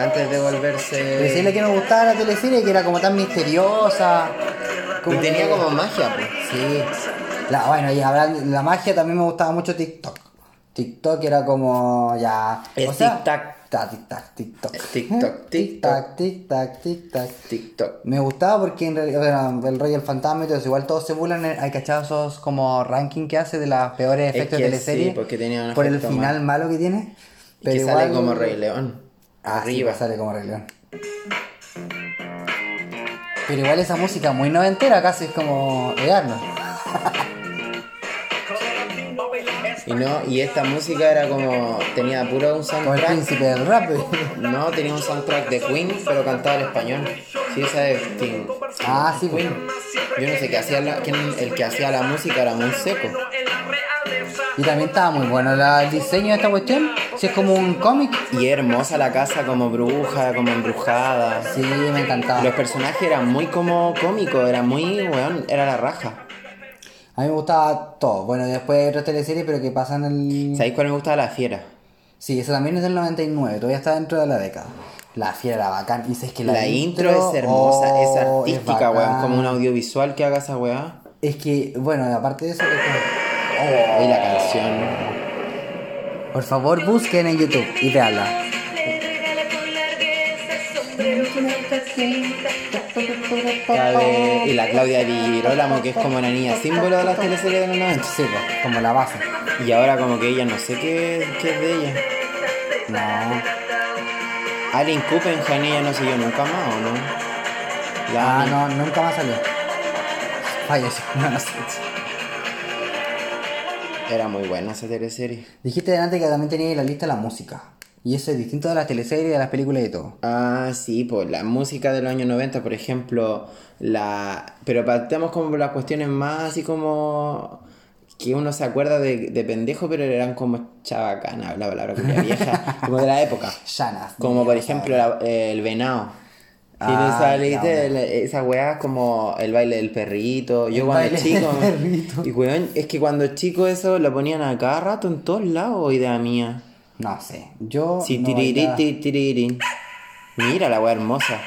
Speaker 1: Antes de
Speaker 2: Pero sí, la
Speaker 1: volverse.
Speaker 2: que me gustaba de la teleserie que era como tan misteriosa.
Speaker 1: Y tenía
Speaker 2: que-
Speaker 1: como magia, pues.
Speaker 2: Sí. La, bueno, y hablando la magia también me gustaba mucho TikTok. TikTok era como ya.
Speaker 1: Es tic-tac.
Speaker 2: Ta, tic-tac, TikTok.
Speaker 1: Tic-tac,
Speaker 2: tic-tac, tic-tac, tic-tac.
Speaker 1: TikTok.
Speaker 2: Me gustaba porque en realidad, o sea, el rey del fantasma y todo eso, igual todos se burlan, eh, hay cachados esos como ranking que hace de las peores
Speaker 1: Es
Speaker 2: efectos
Speaker 1: que
Speaker 2: de teleserie.
Speaker 1: sí, porque tenía un
Speaker 2: por el
Speaker 1: efecto
Speaker 2: final malo que tiene. Pero
Speaker 1: que
Speaker 2: igual,
Speaker 1: sale como Rey León.
Speaker 2: Ah, sí,
Speaker 1: Arriba.
Speaker 2: pues sale como Rey León. Pero igual esa música muy noventera casi es como de Arnold.
Speaker 1: y no, y esta música era como. tenía puro un
Speaker 2: Como el
Speaker 1: soundtrack.
Speaker 2: príncipe del rap.
Speaker 1: No, tenía un soundtrack de Queen, pero cantaba en español. Sí, esa es Queen.
Speaker 2: ah, sí, pues.
Speaker 1: Yo no sé qué hacía, la- quién- el que hacía la música era muy seco.
Speaker 2: Y también estaba muy bueno la- el diseño de esta cuestión. Si es como un cómic.
Speaker 1: Y hermosa la casa como bruja, como embrujada.
Speaker 2: Sí, me encantaba.
Speaker 1: Los personajes eran muy como cómicos, era muy, weón, era la raja.
Speaker 2: A mí me gustaba todo. Bueno, después hay otras teleseries, pero que pasan el.
Speaker 1: ¿Sabéis cuál me gustaba? La fiera.
Speaker 2: Sí, esa también es del 99, todavía está dentro de la década. La fiera era bacán. Y si es que la,
Speaker 1: La, intro, es hermosa, es
Speaker 2: oh, es
Speaker 1: artística, weón.
Speaker 2: bacán.
Speaker 1: Como un audiovisual que haga esa weá.
Speaker 2: Es que, bueno, aparte de eso, es como-
Speaker 1: Y la canción.
Speaker 2: Oh, por favor busquen en YouTube y veanla.
Speaker 6: Le regala con largueza sombrero con alta cinta.
Speaker 1: Cabe- Y la Claudia Girolamo, que es como una niña símbolo de las teleseries de los 90.
Speaker 2: Sí, pues, como la base.
Speaker 1: Y ahora como que ella no sé qué, qué es de ella.
Speaker 2: No.
Speaker 1: Alien Coopenhan ella no siguió nunca más, ¿o no? La
Speaker 2: Ah,
Speaker 1: Annie.
Speaker 2: no, nunca más salió. Falleció, [LAUGHS] no, no sé.
Speaker 1: Era muy buena esa teleserie.
Speaker 2: Dijiste delante que también tenía en la lista la música. Y eso es distinto de las teleseries, de las películas y de todo.
Speaker 1: Ah, sí, pues la música de los años 90, por ejemplo, la... Pero partamos como por las cuestiones más así como... Que uno se acuerda de, de pendejo, pero eran como chabacanas, la palabra que era vieja, como de la época.
Speaker 2: [LAUGHS] Llanas.
Speaker 1: Como por ejemplo la- eh, el venado. Tiene
Speaker 2: Ah,
Speaker 1: esa,
Speaker 2: ya,
Speaker 1: lista
Speaker 2: bueno.
Speaker 1: de la- esa weá como el baile del perrito. Yo
Speaker 2: El
Speaker 1: cuando
Speaker 2: baile
Speaker 1: chico.
Speaker 2: del perrito.
Speaker 1: Y weón, es que cuando chico eso lo ponían a cada rato en todos lados, idea mía.
Speaker 2: No sé, yo.
Speaker 1: Sí,
Speaker 2: Oh, no
Speaker 1: tiriri,
Speaker 2: bailaba-
Speaker 1: ti, tiriri. Mira la weá hermosa.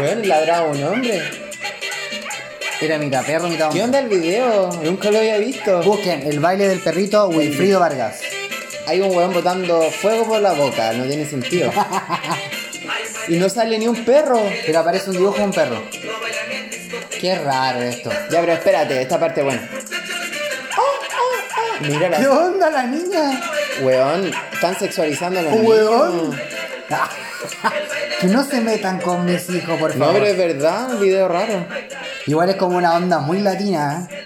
Speaker 1: Weón, ladraba un hombre.
Speaker 2: Era mitad perro, mitad hombre.
Speaker 1: ¿Qué onda el video? Nunca lo había visto.
Speaker 2: Busquen el baile del perrito Wilfrido Vargas.
Speaker 1: Hay un weón botando fuego por la boca, no tiene sentido. y no sale ni un perro.
Speaker 2: Pero aparece un dibujo de un perro. Qué raro esto.
Speaker 1: Ya, pero espérate, esta parte buena.
Speaker 2: Ah,
Speaker 1: Mira
Speaker 2: ¿Qué
Speaker 1: la
Speaker 2: onda la niña?
Speaker 1: weón, están sexualizando a los niños.
Speaker 2: Weón. [LAUGHS] que no se metan con mis hijos, por
Speaker 1: No,
Speaker 2: favor.
Speaker 1: pero es verdad, un video raro.
Speaker 2: Igual es como una onda muy latina, ¿eh?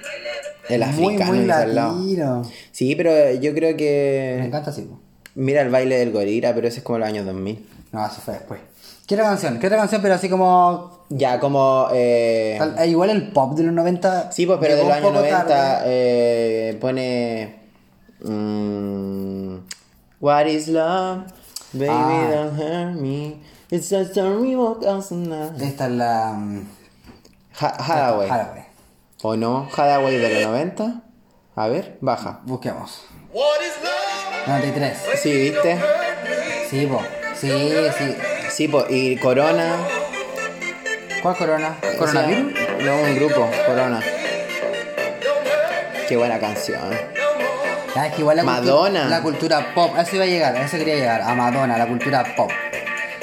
Speaker 1: El
Speaker 2: muy,
Speaker 1: africano
Speaker 2: muy
Speaker 1: dice al lado.
Speaker 2: latino.
Speaker 1: Sí, pero yo creo
Speaker 2: Me
Speaker 1: que.
Speaker 2: encanta así. po.
Speaker 1: Mira el baile del gorila, pero ese es como los años 2000.
Speaker 2: No, eso fue después. ¿Qué otra canción? ¿Qué otra canción? Pero así como.
Speaker 1: Ya, como. eh,
Speaker 2: tal- eh, igual el pop de los 90.
Speaker 1: Sí, pues, pero de
Speaker 2: llegó
Speaker 1: los
Speaker 2: un
Speaker 1: años
Speaker 2: poco
Speaker 1: 90
Speaker 2: tarde.
Speaker 1: eh, pone. mm, What is love? Baby,
Speaker 2: Ah.
Speaker 1: don't hurt me. It's just a remote now.
Speaker 2: Esta es la. mm,
Speaker 1: Ha- Hathaway.
Speaker 2: Hathaway.
Speaker 1: ¿O no? Hathaway de los 90. A ver, baja.
Speaker 2: Busquemos.
Speaker 4: What is love?
Speaker 2: 93.
Speaker 1: Sí, viste.
Speaker 2: Sí, po. Sí, sí.
Speaker 1: Sí, po, y Corona.
Speaker 2: ¿Cuál corona? ¿Coronavirus?
Speaker 1: O sea, No, un grupo, Corona. Qué buena canción.
Speaker 2: Ah, es que igual la cultu-
Speaker 1: Madonna.
Speaker 2: la cultura pop, a eso iba a llegar, a eso quería llegar, a Madonna, la cultura pop.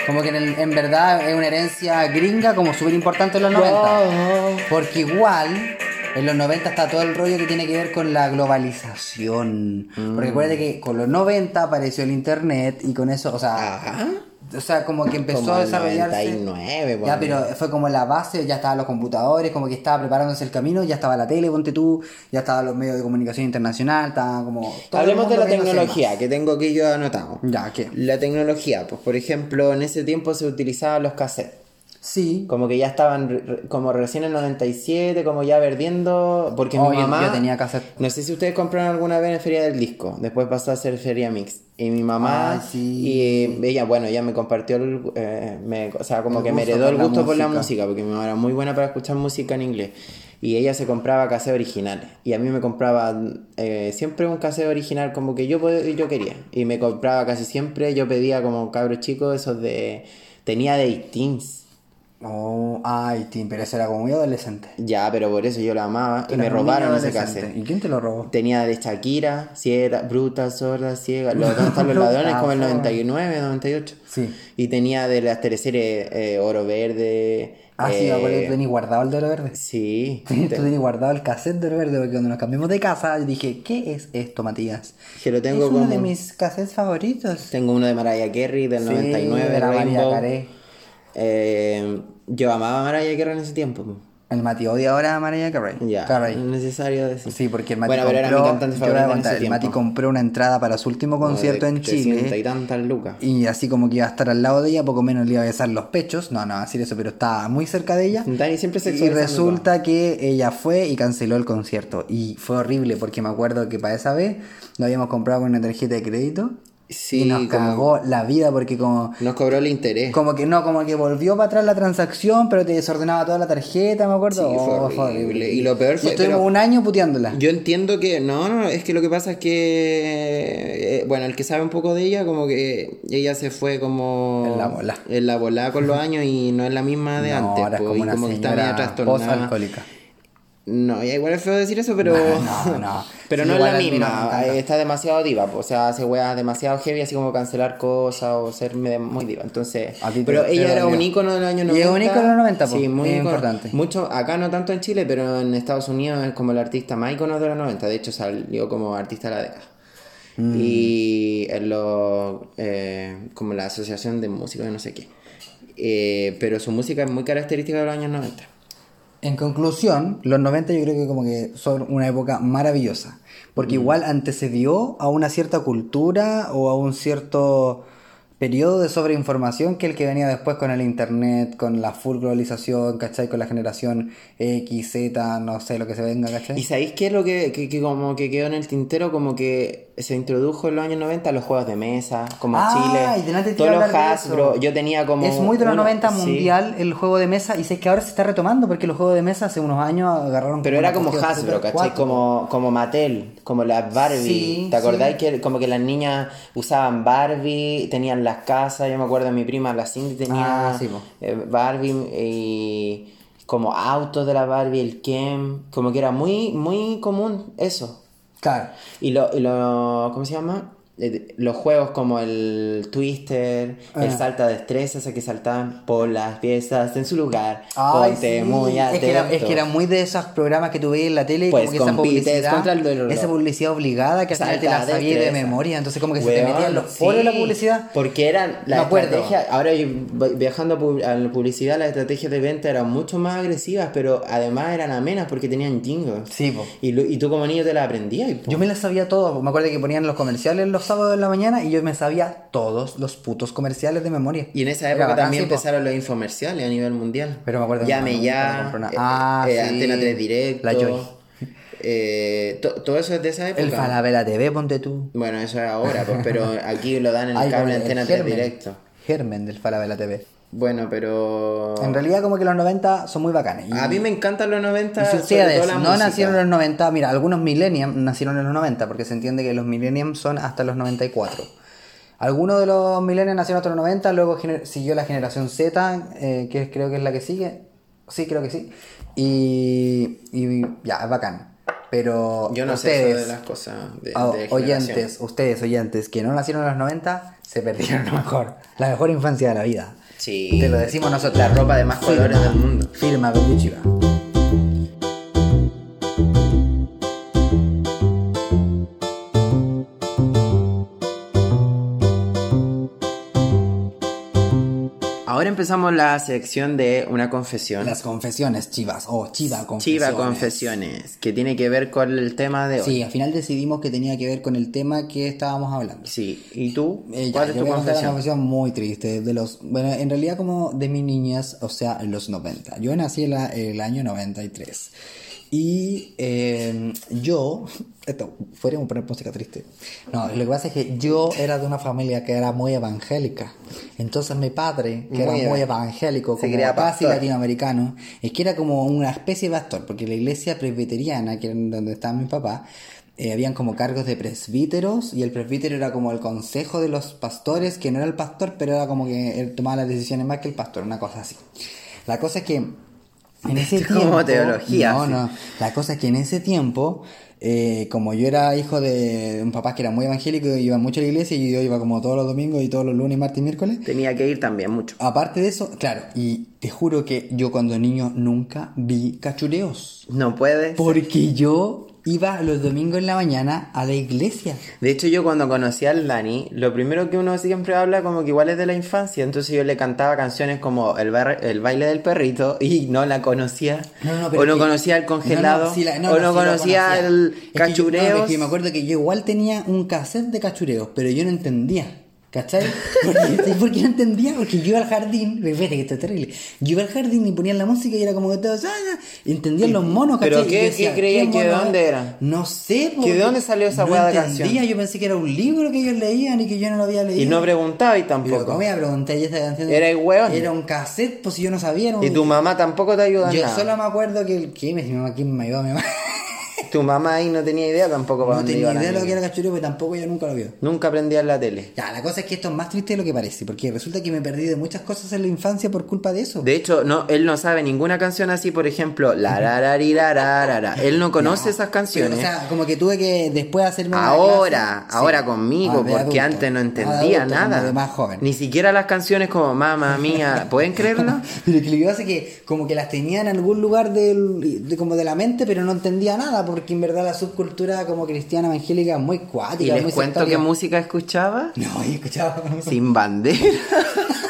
Speaker 2: Como que en, el- en verdad es una herencia gringa como súper importante en los 90. Porque igual en los 90 está todo el rollo que tiene que ver con la globalización.
Speaker 1: Mm.
Speaker 2: Porque acuérdate que con los 90 apareció el internet y con eso, o sea,
Speaker 1: Ajá.
Speaker 2: o sea como que empezó
Speaker 1: Ah, Como
Speaker 2: a
Speaker 1: el
Speaker 2: desarrollarse.
Speaker 1: 99,
Speaker 2: Ya,
Speaker 1: ponle.
Speaker 2: pero fue como la base, ya estaban los computadores, como que estaba preparándose el camino, ya estaba la tele, ponte tú, ya estaban los medios de comunicación internacional, estaba como... todo el
Speaker 1: Hablemos de
Speaker 2: mundo
Speaker 1: la
Speaker 2: viéndose
Speaker 1: tecnología, que tengo que yo anotado.
Speaker 2: más. Ya, ¿qué?
Speaker 1: La tecnología, pues por ejemplo, en ese tiempo se utilizaban los cassettes.
Speaker 2: Sí.
Speaker 1: Como que ya estaban re- re- como recién en 97, como ya perdiendo. Porque
Speaker 2: Oh,
Speaker 1: mi
Speaker 2: yo-
Speaker 1: mamá.
Speaker 2: yo tenía cassette.
Speaker 1: No sé si ustedes compraron alguna vez en Feria del Disco. Después pasó a ser Feria Mix. Y mi mamá.
Speaker 2: Ah, sí.
Speaker 1: Y eh, ella, bueno, ella me compartió. el, eh, me- o sea, como
Speaker 2: El
Speaker 1: que me
Speaker 2: gusto
Speaker 1: heredó
Speaker 2: por
Speaker 1: el
Speaker 2: la
Speaker 1: gusto por la
Speaker 2: música.
Speaker 1: música. Porque mi mamá era muy buena para escuchar música en inglés. Y ella se compraba cassettes originales. Y a mí me compraba eh, siempre un cassette original como que yo, pod- yo quería. Y me compraba casi siempre. Yo pedía como cabros chicos esos de. Tenía de Teens.
Speaker 2: Oh, ay, Tim, pero eso era como muy adolescente.
Speaker 1: Ya, pero por eso yo la amaba y me
Speaker 2: Era muy
Speaker 1: robaron ese
Speaker 2: adolescente.
Speaker 1: cassette.
Speaker 2: ¿Y quién te lo robó?
Speaker 1: Tenía de Shakira, Sierra, Bruta, Sorda, Ciega, Los
Speaker 2: [LAUGHS]
Speaker 1: dos están los ladrones como el
Speaker 2: Bruta,
Speaker 1: 99, 98.
Speaker 2: Sí.
Speaker 1: Y tenía de las teleseries eh, Oro Verde.
Speaker 2: Ah, sí,
Speaker 1: eh,
Speaker 2: me acuerdo que tú tenías guardado el de oro verde.
Speaker 1: Sí.
Speaker 2: [LAUGHS] Tú
Speaker 1: te-
Speaker 2: tenías guardado el cassette de oro verde porque cuando nos cambiamos de casa yo dije, ¿qué es esto, Matías?
Speaker 1: que lo tengo
Speaker 2: es uno de
Speaker 1: como-
Speaker 2: mis cassettes favoritos.
Speaker 1: Tengo uno de Mariah Carey del
Speaker 2: Sí,
Speaker 1: 99,
Speaker 2: de la María
Speaker 1: Rainbow.
Speaker 2: Carey.
Speaker 1: Eh, yo amaba a Mariah Carey en ese tiempo. pues.
Speaker 2: El Mati odia ahora a Mariah Carey.
Speaker 1: Ya,
Speaker 2: Carey.
Speaker 1: es necesario decir.
Speaker 2: Sí, porque el Mati
Speaker 1: Bueno,
Speaker 2: compró,
Speaker 1: pero era mi cantante
Speaker 2: yo voy a
Speaker 1: favorito en
Speaker 2: contar,
Speaker 1: ese
Speaker 2: el
Speaker 1: tiempo.
Speaker 2: Mati compró una entrada para su último
Speaker 1: Como de
Speaker 2: concierto en
Speaker 1: 300
Speaker 2: Chile.
Speaker 1: y tantas lucas.
Speaker 2: Y así como que iba a estar al lado de ella, poco menos le iba a besar los pechos. No, no, va a decir eso, pero estaba muy cerca de ella.
Speaker 1: Dani siempre
Speaker 2: Y
Speaker 1: sexualizando
Speaker 2: resulta que ella fue y canceló el concierto. Y fue horrible porque me acuerdo que para esa vez lo habíamos comprado con una tarjeta de crédito.
Speaker 1: Sí,
Speaker 2: y nos
Speaker 1: como-
Speaker 2: cagó la vida porque como...
Speaker 1: Nos cobró el interés.
Speaker 2: Como que no, como que volvió para atrás la transacción, pero te desordenaba toda la tarjeta, me acuerdo.
Speaker 1: Sí, fue
Speaker 2: Oh, fue
Speaker 1: horrible. Y lo peor fue-
Speaker 2: Y estuvimos
Speaker 1: pero-
Speaker 2: un año puteándola.
Speaker 1: Yo entiendo que, no, no, es que lo que pasa es que, eh, bueno, el que sabe un poco de ella, como que ella se fue como...
Speaker 2: En la volá.
Speaker 1: En la volá con los años y no es la misma de
Speaker 2: No,
Speaker 1: antes.
Speaker 2: ahora es
Speaker 1: po,
Speaker 2: como
Speaker 1: y
Speaker 2: una
Speaker 1: como que está media
Speaker 2: señora
Speaker 1: trastornada.
Speaker 2: post-alcohólica.
Speaker 1: No, ya igual es feo decir eso, pero...
Speaker 2: [LAUGHS] No, no.
Speaker 1: Pero
Speaker 2: Sí,
Speaker 1: no es
Speaker 2: igual
Speaker 1: la
Speaker 2: a mí no me
Speaker 1: misma,
Speaker 2: encanta.
Speaker 1: eh, está demasiado diva, po, o sea, hace weas demasiado heavy, así como cancelar cosas o ser medio- muy diva, entonces...
Speaker 2: A ti te-
Speaker 1: Pero
Speaker 2: te
Speaker 1: ella era
Speaker 2: dolió.
Speaker 1: un ícono del año
Speaker 2: Y
Speaker 1: 90.
Speaker 2: es un ícono del 90, po,
Speaker 1: Sí, muy
Speaker 2: es
Speaker 1: ícono-
Speaker 2: importante.
Speaker 1: Mucho, acá no tanto en Chile, pero en Estados Unidos es como el artista más ícono de los 90, de hecho salió como artista de la década.
Speaker 2: Mm.
Speaker 1: Y en lo, eh, como la asociación de músicos de no sé qué. Eh, pero su música es muy característica de los años 90.
Speaker 2: En conclusión, los 90 yo creo que como que son una época maravillosa, porque
Speaker 1: Mm.
Speaker 2: igual antecedió a una cierta cultura o a un cierto periodo de sobreinformación que el que venía después con el internet, con la full globalización, ¿cachai? Con la generación X, Z, no sé lo que se venga, ¿cachai?
Speaker 1: ¿Y sabéis qué es lo que, que- que como que quedó en el tintero? Como que se introdujo en los años 90 los juegos de mesa, como
Speaker 2: Ah, y
Speaker 1: Chile,
Speaker 2: delante te iba
Speaker 1: todos
Speaker 2: a
Speaker 1: los
Speaker 2: hablar de eso.
Speaker 1: Hasbro. Yo tenía como.
Speaker 2: es muy de los
Speaker 1: uno-
Speaker 2: 90
Speaker 1: sí.
Speaker 2: mundial el juego de mesa y sé que ahora se está retomando porque los juegos de mesa hace unos años agarraron
Speaker 1: Pero era como
Speaker 2: una cuestión
Speaker 1: Hasbro,
Speaker 2: súper
Speaker 1: ¿cachai?
Speaker 2: cuática.
Speaker 1: Como, como Mattel, como las Barbie.
Speaker 2: Sí,
Speaker 1: ¿Te acordáis
Speaker 2: sí.
Speaker 1: que como que las niñas usaban Barbie, tenían las casas? Yo me acuerdo, mi prima, la Cindy, tenía
Speaker 2: Ah, sí, po.
Speaker 1: eh, Barbie y como autos de la Barbie, el Ken. Como que era muy, muy común eso.
Speaker 2: Claro.
Speaker 1: Y lo, y lo- ¿cómo se llama? Eh, Los juegos como el Twister, el
Speaker 2: Ah.
Speaker 1: salta destreza, ese que saltaban por las piezas en su lugar.
Speaker 2: Ay,
Speaker 1: Ponte
Speaker 2: sí.
Speaker 1: muy
Speaker 2: es, que era, es
Speaker 1: atento.
Speaker 2: que era muy de esos programas que tú veías en la tele,
Speaker 1: Pues
Speaker 2: como que esa
Speaker 1: compites
Speaker 2: publicidad,
Speaker 1: contra el dolor.
Speaker 2: esa publicidad obligada que al final te la
Speaker 1: Salta,
Speaker 2: sabías de
Speaker 1: destreza.
Speaker 2: memoria, entonces como que se te
Speaker 1: Weón,
Speaker 2: metían los
Speaker 1: sí,
Speaker 2: poros de la publicidad.
Speaker 1: Porque eran la
Speaker 2: Me acuerdo.
Speaker 1: estrategia, ahora yo voy- viajando a pub- a la publicidad, las estrategias de venta eran mucho más agresivas, pero además eran amenas porque tenían jingles.
Speaker 2: Sí, po.
Speaker 1: Y, lo- y tú como niño te las aprendías. po.
Speaker 2: Yo me las sabía todas, me acuerdo que ponían los comerciales los sábados en la mañana y yo me sabía todos los putos comerciales de memoria.
Speaker 1: Y en esa
Speaker 2: Era
Speaker 1: época
Speaker 2: bacán,
Speaker 1: también
Speaker 2: sí, po.
Speaker 1: empezaron los infomerciales a nivel mundial.
Speaker 2: Pero me acuerdo que
Speaker 1: Llame
Speaker 2: mi mamá nunca me
Speaker 1: ya.
Speaker 2: compró una-
Speaker 1: eh,
Speaker 2: Ah,
Speaker 1: eh,
Speaker 2: sí.
Speaker 1: Antena 3 Directo.
Speaker 2: La Joy.
Speaker 1: eh, to- todo eso es de esa época.
Speaker 2: El Falabella TV, ponte tú.
Speaker 1: Bueno, eso es ahora, pues,
Speaker 2: [LAUGHS]
Speaker 1: pero aquí lo dan en el
Speaker 2: Ay,
Speaker 1: cable
Speaker 2: con el
Speaker 1: Antena 3
Speaker 2: germen.
Speaker 1: Directo.
Speaker 2: Germen del Falabella TV.
Speaker 1: Bueno, pero.
Speaker 2: En realidad como que los 90 son muy bacanes. y-
Speaker 1: Oh. A mí me encantan los 90.
Speaker 2: Y si
Speaker 1: sobre
Speaker 2: ustedes
Speaker 1: todo la
Speaker 2: no
Speaker 1: música.
Speaker 2: nacieron en los 90, mira, algunos millennials nacieron en los 90, porque se entiende que los millennials son hasta los 94. Algunos de los millennials nacieron hasta los 90, luego gener- siguió la generación Z, eh, que es- creo que es la que sigue. Sí, creo que sí. Y, y ya, es bacán. Pero
Speaker 1: Yo no sé eso
Speaker 2: ustedes,
Speaker 1: de las cosas. De,
Speaker 2: oh,
Speaker 1: de generación.
Speaker 2: oyentes, ustedes, oyentes, que no nacieron en los 90, se perdieron lo mejor. La mejor infancia de la vida.
Speaker 1: Sí.
Speaker 2: Te lo decimos nosotros.
Speaker 1: La ropa de más colores del mundo.
Speaker 2: Firma con Chiva.
Speaker 1: Ahora empezamos la sección de una confesión.
Speaker 2: Las confesiones, chivas. O chiva confesiones.
Speaker 1: Chiva Confesiones, que tiene que ver con el tema de hoy.
Speaker 2: Sí, al final decidimos que tenía que ver con el tema que estábamos hablando.
Speaker 1: Sí, ¿y tú?
Speaker 2: Eh, ya,
Speaker 1: ¿Cuál
Speaker 2: yo
Speaker 1: es tu
Speaker 2: voy a contar una
Speaker 1: confesión?
Speaker 2: confesión muy triste. De los, bueno, en realidad como de mi niñez, o sea, en los 90. Yo nací en la- el año 93. Y eh, yo, esto, fuera un poner música triste. No, lo que pasa es que yo era de una familia que era muy evangélica. Entonces mi padre, que
Speaker 1: Muy
Speaker 2: era muy
Speaker 1: eva-
Speaker 2: evangélico,
Speaker 1: se
Speaker 2: como
Speaker 1: creía
Speaker 2: casi
Speaker 1: pastor.
Speaker 2: latinoamericano, es que era como una especie de pastor, porque la iglesia presbiteriana, que era donde estaba mi papá, eh, habían como cargos de presbíteros y el presbítero era como el consejo de los pastores, que no era el pastor, pero era como que él tomaba las decisiones más que el pastor, una cosa así. La cosa es que
Speaker 1: [LAUGHS]
Speaker 2: en ese
Speaker 1: Esto es como
Speaker 2: tiempo,
Speaker 1: teología,
Speaker 2: No,
Speaker 1: sí.
Speaker 2: no. La cosa es que en ese tiempo, eh, como yo era hijo de un papá que era muy evangélico y iba mucho a la iglesia y yo iba como todos los domingos y todos los lunes, martes y miércoles,
Speaker 1: Tenía que ir también mucho.
Speaker 2: Aparte de eso, claro, y te juro que yo cuando niño nunca vi cachureos.
Speaker 1: No puedes.
Speaker 2: Porque yo iba los domingos en la mañana a la iglesia.
Speaker 1: De hecho, yo cuando conocí al Dani, lo primero que uno siempre habla como que igual es de la infancia. Entonces yo le cantaba canciones como El, bar- el baile del perrito y no la conocía.
Speaker 2: No, no, pero
Speaker 1: o no
Speaker 2: que-
Speaker 1: conocía el
Speaker 2: no, no,
Speaker 1: congelado.
Speaker 2: sí la-
Speaker 1: o
Speaker 2: sí
Speaker 1: no
Speaker 2: lo
Speaker 1: conocía,
Speaker 2: Es
Speaker 1: el
Speaker 2: que yo- no,
Speaker 1: cachureo.
Speaker 2: es que me acuerdo que yo igual tenía un cassette de cachureos, pero yo no entendía. ¿Cachai? Porque, [LAUGHS] porque no entendía, porque yo iba al jardín, fíjate que esto es terrible. Yo iba al jardín y ponían la música y era como que todos, ah, ah, entendían los monos, ¿cachai?
Speaker 1: ¿Pero
Speaker 2: Y
Speaker 1: qué-
Speaker 2: yo decía,
Speaker 1: qué creían que de
Speaker 2: mono
Speaker 1: dónde
Speaker 2: es?
Speaker 1: era?
Speaker 2: No sé,
Speaker 1: ¿Que de dónde salió esa hueá de
Speaker 2: la
Speaker 1: canción?
Speaker 2: Yo pensé que era un libro que ellos leían y que yo no lo había leído.
Speaker 1: Y no preguntaba y
Speaker 2: Pero
Speaker 1: tampoco.
Speaker 2: ¿cómo iba a preguntar yo esa canción?
Speaker 1: Era el hueón.
Speaker 2: Era un cassette, pues si yo no sabía. era un-
Speaker 1: Y tu mamá tampoco te ayuda en
Speaker 2: Yo
Speaker 1: nada.
Speaker 2: solo me acuerdo que el. ¿Qué? Me- Mi mamá, ¿quién me ayudó? Mi mamá.
Speaker 1: Tu mamá ahí no tenía idea tampoco para
Speaker 2: [LAUGHS] No
Speaker 1: dónde iba
Speaker 2: tenía
Speaker 1: la
Speaker 2: idea de lo que
Speaker 1: niña.
Speaker 2: era cachurio, pero tampoco ella nunca lo vio.
Speaker 1: Nunca aprendía en la tele.
Speaker 2: Ya, la cosa es que esto es más triste de lo que parece, porque resulta que me perdí de muchas cosas en la infancia por culpa de eso.
Speaker 1: De hecho, no, él no sabe ninguna canción así, por ejemplo, la la la ri, la la la la. Él no conoce esas canciones.
Speaker 2: Pero, o sea, como que tuve que después hacerme una
Speaker 1: ahora,
Speaker 2: clase-
Speaker 1: ahora
Speaker 2: Sí.
Speaker 1: conmigo,
Speaker 2: Ah, de
Speaker 1: porque
Speaker 2: adulto.
Speaker 1: antes no
Speaker 2: Ah, de
Speaker 1: entendía
Speaker 2: adulto,
Speaker 1: nada.
Speaker 2: cuando de más joven.
Speaker 1: Ni siquiera las canciones como mamá mía, ¿pueden creerlo?
Speaker 2: [LAUGHS] Pero que lo que pasa es que como que las tenía en algún lugar del, de, como de la mente, pero no entendía nada, porque en verdad la subcultura como cristiana evangélica es muy cuática.
Speaker 1: Y
Speaker 2: muy
Speaker 1: les cuento qué
Speaker 2: sectaria.
Speaker 1: música escuchaba.
Speaker 2: No, [LAUGHS] yo escuchaba...
Speaker 1: Sin bandera.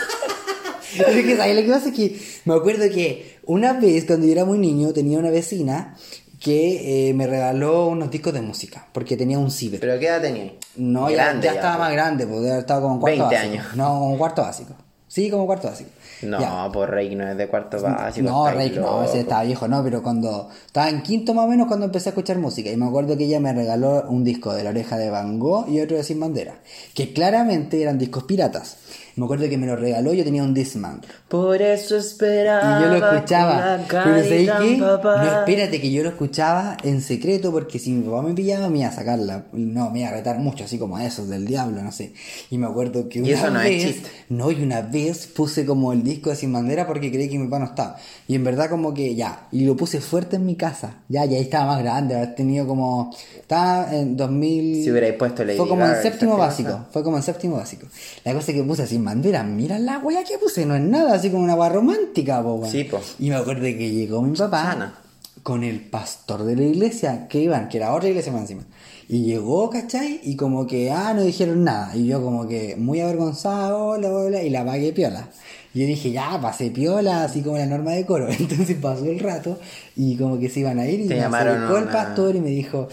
Speaker 2: [LAUGHS] Pero es que, ¿sabes? Lo que pasa es que me acuerdo que una vez, cuando yo era muy niño, tenía una vecina que eh, me regaló unos discos de música, porque tenía un ciber.
Speaker 1: ¿Pero qué edad tenía?
Speaker 2: No, ya-
Speaker 1: Grande
Speaker 2: ya, estaba
Speaker 1: pues.
Speaker 2: más grande, podría haber estado como en
Speaker 1: 20
Speaker 2: cuarto básico.
Speaker 1: años.
Speaker 2: No, como cuarto básico. Sí, como cuarto básico.
Speaker 1: No,
Speaker 2: Ya.
Speaker 1: por Rey no es de cuarto básico.
Speaker 2: No,
Speaker 1: estáis
Speaker 2: Rey, no,
Speaker 1: locos.
Speaker 2: ese estaba viejo, no, pero cuando estaba en quinto más o menos cuando empecé a escuchar música. Y me acuerdo que ella me regaló un disco de La Oreja de Van Gogh y otro de Sin Bandera, que claramente eran discos piratas. Me acuerdo que me lo regaló, yo tenía un Discman.
Speaker 1: Por eso esperaba.
Speaker 2: Y yo lo escuchaba.
Speaker 1: con la
Speaker 2: Pero ¿sabéis
Speaker 1: cara y
Speaker 2: qué?
Speaker 1: tan papá.
Speaker 2: No, espérate, que yo lo escuchaba en secreto porque si mi papá me pillaba me iba a sacarla. No, me iba a retar mucho, así como a esos del diablo, no sé. Y me acuerdo que
Speaker 1: Y
Speaker 2: una
Speaker 1: eso no es
Speaker 2: vez.
Speaker 1: chiste.
Speaker 2: no, y una vez puse como el disco de Sin Bandera porque creí que mi papá no estaba. Y en verdad, como que ya. Y lo puse fuerte en mi casa. Ya, ya ahí estaba más grande, haber tenido como. Estaba en 2000.
Speaker 1: Si hubierais puesto Lady
Speaker 2: Fue como en
Speaker 1: Gaga,
Speaker 2: séptimo
Speaker 1: esa
Speaker 2: básico.
Speaker 1: cosa.
Speaker 2: Fue como en séptimo básico. La cosa que puse sin bandera, mira la wea que puse, no es nada, así como una wea romántica, po, weón.
Speaker 1: Sí, po.
Speaker 2: Y me acuerdo que llegó mi papá
Speaker 1: Sana.
Speaker 2: con el pastor de la iglesia que iban, que era otra iglesia más encima. Y llegó, ¿cachai? Y como que, ah, no dijeron nada. Y yo como que muy avergonzado, hola, hola, y la pagué piola. Y yo dije, ya, pasé piola, así como la norma de coro. [LAUGHS] Entonces pasó el rato y como que se iban a ir y
Speaker 1: Te
Speaker 2: me
Speaker 1: llamaron
Speaker 2: acercó el
Speaker 1: una-
Speaker 2: pastor y me dijo,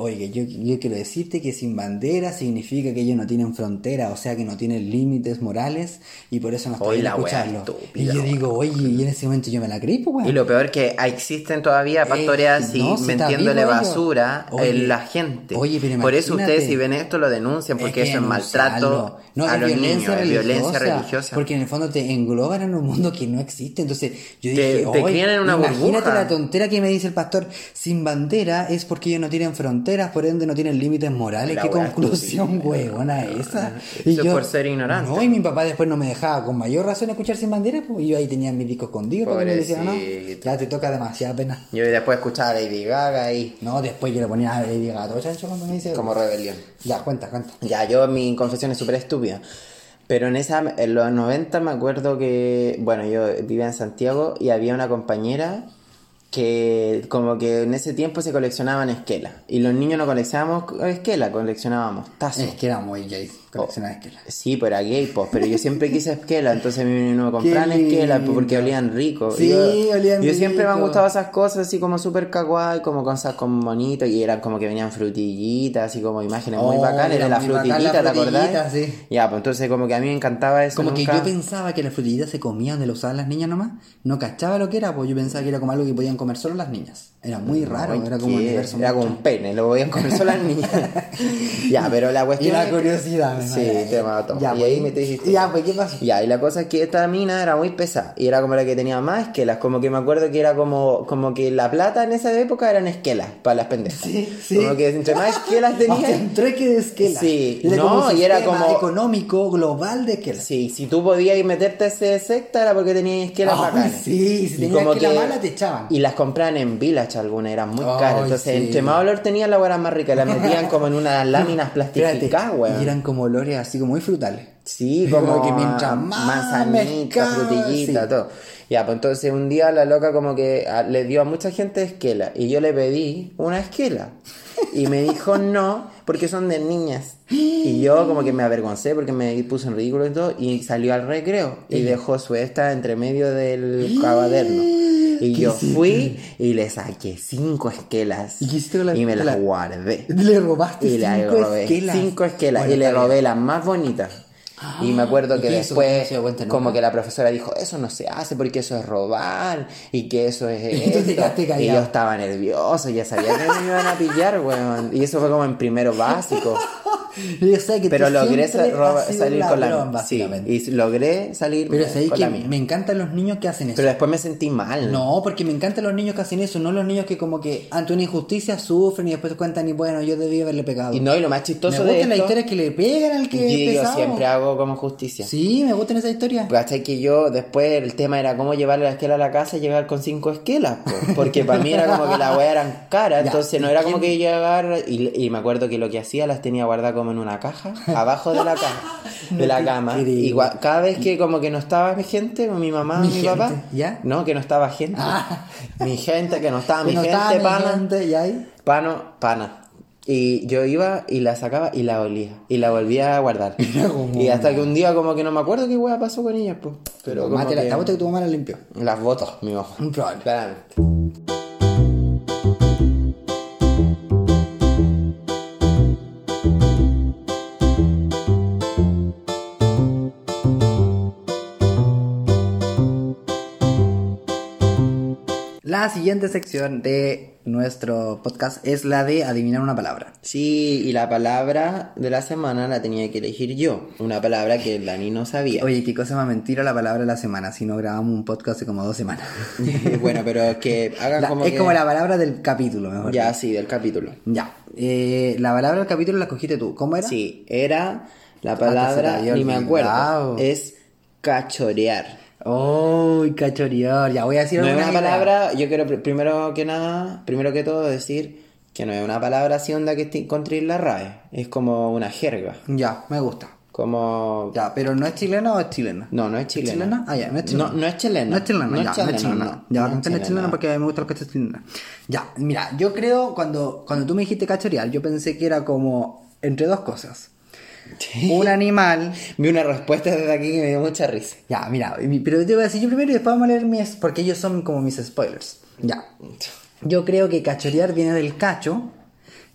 Speaker 2: oye, yo, yo quiero decirte que sin bandera significa que ellos no tienen frontera, o sea que no tienen límites morales y por eso no
Speaker 1: Oye,
Speaker 2: pueden
Speaker 1: la wea
Speaker 2: escucharlo. Y
Speaker 1: estúpida,
Speaker 2: yo
Speaker 1: wea.
Speaker 2: digo, oye, y en ese momento yo me la creí, pues, weón.
Speaker 1: Y lo peor que existen todavía pastoreas
Speaker 2: Eh,
Speaker 1: y
Speaker 2: no, si está
Speaker 1: metiéndole
Speaker 2: vivo ello.
Speaker 1: basura
Speaker 2: Oye,
Speaker 1: en la gente.
Speaker 2: oye, pero
Speaker 1: Por eso
Speaker 2: imagínate.
Speaker 1: ustedes si ven esto lo denuncian porque
Speaker 2: que
Speaker 1: eso es maltrato
Speaker 2: denunciarlo. No,
Speaker 1: a
Speaker 2: es
Speaker 1: los
Speaker 2: violencia
Speaker 1: niños, es
Speaker 2: religiosa,
Speaker 1: violencia religiosa.
Speaker 2: Porque en el fondo te engloban en un mundo que no existe. Entonces,
Speaker 1: Te-
Speaker 2: yo dije,
Speaker 1: te
Speaker 2: "Oy,
Speaker 1: crían en una
Speaker 2: imagínate
Speaker 1: burbuja".
Speaker 2: la tontera que me dice el pastor, sin bandera es porque ellos no tienen fronteras, por ende no tienen límites morales.
Speaker 1: La
Speaker 2: Qué
Speaker 1: wea
Speaker 2: conclusión
Speaker 1: estúpida.
Speaker 2: huevona esa.
Speaker 1: Eso por ser ignorante.
Speaker 2: No, y mi papá después no me dejaba con mayor razón escuchar sin bandera, pues y yo ahí tenía mis discos escondidos porque me decía, no,
Speaker 1: Pobrecito.
Speaker 2: ya te toca demasiada pena.
Speaker 1: Yo después escuchaba a Lady Gaga ahí
Speaker 2: No, después yo le ponía a Lady Gaga, todo chancho cuando me dice.
Speaker 1: como rebelión.
Speaker 2: Ya, cuenta, cuenta.
Speaker 1: Ya, yo mi confesión es súper estúpida. Pero en esa, en los 90 me acuerdo que, bueno, yo vivía en Santiago y había una compañera que como que en ese tiempo se coleccionaban esquelas. Y los niños no coleccionábamos esquelas, coleccionábamos tazos.
Speaker 2: Es que era muy gay coleccionar esquelas.
Speaker 1: Sí, pero era gay, pues, pero yo siempre
Speaker 2: [LAUGHS]
Speaker 1: quise esquela, entonces a mí no me compraban
Speaker 2: Qué
Speaker 1: esquela
Speaker 2: lindo.
Speaker 1: porque olían rico.
Speaker 2: Sí,
Speaker 1: yo,
Speaker 2: olían
Speaker 1: Yo siempre me han
Speaker 2: rico.
Speaker 1: gustado esas cosas así como súper kawaii, como cosas con bonito, y eran como que venían frutillitas, así como imágenes muy
Speaker 2: Oh,
Speaker 1: bacanes de
Speaker 2: eran
Speaker 1: la
Speaker 2: muy bacán
Speaker 1: frutillita,
Speaker 2: las
Speaker 1: ¿te acordás?
Speaker 2: frutillitas, sí.
Speaker 1: Ya, pues entonces como que a mí me encantaba eso.
Speaker 2: Como
Speaker 1: nunca-
Speaker 2: que yo pensaba que las frutillitas se comían donde lo usaban las niñas nomás. No cachaba lo que era, pues yo pensaba que era como algo que podían comer solo las niñas. Era muy raro,
Speaker 1: Ay,
Speaker 2: era como un
Speaker 1: qué-
Speaker 2: universo.
Speaker 1: Era como
Speaker 2: mucho.
Speaker 1: un pene, lo voy a comer solo las
Speaker 2: [LAUGHS]
Speaker 1: niñas. ya, pero la
Speaker 2: Y
Speaker 1: cuestión.
Speaker 2: la
Speaker 1: es-
Speaker 2: curiosidad, me
Speaker 1: Sí,
Speaker 2: imagino.
Speaker 1: te mató.
Speaker 2: Ya,
Speaker 1: y
Speaker 2: pues,
Speaker 1: ahí me te dijiste.
Speaker 2: Ya, pues, ¿qué pasó?
Speaker 1: Ya, y la cosa es que esta mina era muy pesada. Y era como la que tenía más esquelas. Como que me acuerdo que era como, como que la plata en esa época eran esquelas para las pendejas.
Speaker 2: Sí, sí.
Speaker 1: Como que entre más esquelas
Speaker 2: [LAUGHS] O sea,
Speaker 1: tenía.
Speaker 2: un trueque de esquelas.
Speaker 1: Sí,
Speaker 2: Era como
Speaker 1: no,
Speaker 2: un
Speaker 1: y era
Speaker 2: sistema
Speaker 1: como-
Speaker 2: económico global de esquelas.
Speaker 1: Sí, si tú podías ir meterte a ese secta era porque tenías esquelas
Speaker 2: Ay,
Speaker 1: bacanas.
Speaker 2: sí, si
Speaker 1: Y
Speaker 2: tenías esquela mala, te echaban.
Speaker 1: Y las compraban en Village algunas, eran muy
Speaker 2: Ay,
Speaker 1: caras. Entonces,
Speaker 2: sí.
Speaker 1: entre más olor tenía, la hueá era más rica. Las metían como en unas láminas
Speaker 2: [LAUGHS] Espérate,
Speaker 1: plastificadas,
Speaker 2: y
Speaker 1: weón.
Speaker 2: eran como olores así como muy frutales.
Speaker 1: Sí,
Speaker 2: Pero
Speaker 1: como
Speaker 2: que mientras más
Speaker 1: manzanita,
Speaker 2: mezclas,
Speaker 1: frutillita,
Speaker 2: sí.
Speaker 1: todo. Ya, pues entonces un día la loca como que ah, le dio a mucha gente esquela y yo le pedí una esquela. Y me dijo
Speaker 2: [LAUGHS]
Speaker 1: no, porque son de niñas. Y yo como que me avergoncé porque me puso en ridículo y todo. Y salió al recreo y dejó su esta entre medio del
Speaker 2: [GASPS]
Speaker 1: cabaderno. Y
Speaker 2: ¿Qué
Speaker 1: yo
Speaker 2: hiciste?
Speaker 1: fui y le saqué cinco esquelas.
Speaker 2: ¿Y qué hiciste con la
Speaker 1: Y me las
Speaker 2: esquela?
Speaker 1: guardé.
Speaker 2: Le robaste
Speaker 1: Y le
Speaker 2: cinco
Speaker 1: robé
Speaker 2: esquelas.
Speaker 1: cinco esquelas.
Speaker 2: Bueno,
Speaker 1: y le
Speaker 2: está bien.
Speaker 1: robé las más bonitas. Y me acuerdo
Speaker 2: Ah, ¿y
Speaker 1: que
Speaker 2: qué hizo? ¿No
Speaker 1: después,
Speaker 2: se dio cuenta nunca?
Speaker 1: como que la profesora dijo, eso no se hace porque eso es robar y que eso es...
Speaker 2: [LAUGHS] Y tú te
Speaker 1: esto".
Speaker 2: quedaste
Speaker 1: y
Speaker 2: callado.
Speaker 1: yo estaba nervioso, ya sabía que me iban a pillar, weón. Y eso fue como en primero básico.
Speaker 2: Yo sé [LAUGHS] que
Speaker 1: Pero
Speaker 2: tú
Speaker 1: logré sa-
Speaker 2: siempre
Speaker 1: roba-
Speaker 2: has sido
Speaker 1: salir
Speaker 2: un
Speaker 1: con la
Speaker 2: ladrón,
Speaker 1: mía. Sí,
Speaker 2: básicamente.
Speaker 1: y logré salir
Speaker 2: Pero
Speaker 1: eh,
Speaker 2: es ahí
Speaker 1: con
Speaker 2: que
Speaker 1: la mía.
Speaker 2: me encantan los niños que hacen eso.
Speaker 1: Pero después me sentí mal.
Speaker 2: No, porque me encantan los niños que hacen eso, no los niños que como que ante una injusticia sufren y después cuentan y bueno, yo debí haberle pegado.
Speaker 1: Y no, y lo más
Speaker 2: me
Speaker 1: chistoso
Speaker 2: gustan
Speaker 1: de
Speaker 2: las
Speaker 1: esto...
Speaker 2: historias que le pegan al que
Speaker 1: y
Speaker 2: es
Speaker 1: yo
Speaker 2: pesado.
Speaker 1: siempre hago como justicia.
Speaker 2: Sí, me gustan esas historias. [LAUGHS]
Speaker 1: ¿Cachai? Que yo después el tema era cómo llevar la esquela a la casa y llegar con cinco esquelas, po. porque para mí era como que la weá eran cara,
Speaker 2: [LAUGHS] Ya,
Speaker 1: entonces no
Speaker 2: ¿y
Speaker 1: era como
Speaker 2: quién-
Speaker 1: que llegar y, y me acuerdo que lo que hacía las tenía guardadas como en una caja, abajo de la caja,
Speaker 2: [LAUGHS]
Speaker 1: de la
Speaker 2: te
Speaker 1: cama.
Speaker 2: creo.
Speaker 1: Y gua- cada vez que como que no estaba mi gente, mi mamá,
Speaker 2: Mi
Speaker 1: mi,
Speaker 2: gente,
Speaker 1: papá,
Speaker 2: ¿ya?
Speaker 1: no, que no estaba gente, mi gente, que no estaba mi
Speaker 2: Ah, Bueno,
Speaker 1: gente,
Speaker 2: estaba mi
Speaker 1: pana,
Speaker 2: gente, y ahí.
Speaker 1: pano, pana. Y yo iba y la sacaba y la olía. Y la volvía a
Speaker 2: [LAUGHS]
Speaker 1: guardar.
Speaker 2: como
Speaker 1: y hasta que un día como que no me acuerdo qué hueá pasó con ellas, pues. Pero
Speaker 2: Pero
Speaker 1: como
Speaker 2: mate, la
Speaker 1: que-
Speaker 2: esta vuelta que tu mamá la limpió.
Speaker 1: Las botas, mi ojo.
Speaker 2: Un [LAUGHS] probable.
Speaker 1: Claramente.
Speaker 2: La siguiente sección de nuestro podcast es la de adivinar una palabra.
Speaker 1: Sí, y la palabra de la semana la tenía que elegir yo. Una palabra que el Dani no sabía.
Speaker 2: Oye, qué cosa más mentira la palabra de la semana, si no grabamos un podcast hace como dos semanas.
Speaker 1: [LAUGHS] bueno, pero es que hagan
Speaker 2: [LAUGHS] La-
Speaker 1: como
Speaker 2: es
Speaker 1: que-
Speaker 2: como la palabra del capítulo, mejor.
Speaker 1: Ya, sí, del capítulo.
Speaker 2: Ya. Eh, la palabra del capítulo la escogiste tú. ¿Cómo era?
Speaker 1: Sí, era la
Speaker 2: se la
Speaker 1: palabra,
Speaker 2: había
Speaker 1: ni me
Speaker 2: olvidado.
Speaker 1: acuerdo, es cachorear.
Speaker 2: ¡Uy, cachorear! Ya voy a decir
Speaker 1: No es
Speaker 2: alguna
Speaker 1: una
Speaker 2: idea.
Speaker 1: palabra, yo quiero pr- primero que nada, primero que todo decir que no es una palabra así onda que esté contra la RAE, es como una jerga,
Speaker 2: Ya, me gusta.
Speaker 1: como...
Speaker 2: Ya, pero ¿no es chilena o es chilena?
Speaker 1: No, no es chilena.
Speaker 2: chilena? Ah, ya, no es chilena.
Speaker 1: No, no es chilena.
Speaker 2: No es chilena,
Speaker 1: No es
Speaker 2: ya, no es
Speaker 1: chilena,
Speaker 2: chilena.
Speaker 1: no.
Speaker 2: Ya,
Speaker 1: No es
Speaker 2: no es chilena
Speaker 1: chilena.
Speaker 2: porque a mí me gustan las cosas chilenas. Ya, mira, yo creo cuando, cuando tú me dijiste cachorear, yo pensé que era como entre dos cosas. Un animal.
Speaker 1: Vi una respuesta desde aquí que me dio mucha risa.
Speaker 2: Ya, mira, mi- pero te voy a decir yo primero y después vamos a leer mis. Porque ellos son como mis spoilers. Ya. Yo creo que cachorear viene del cacho,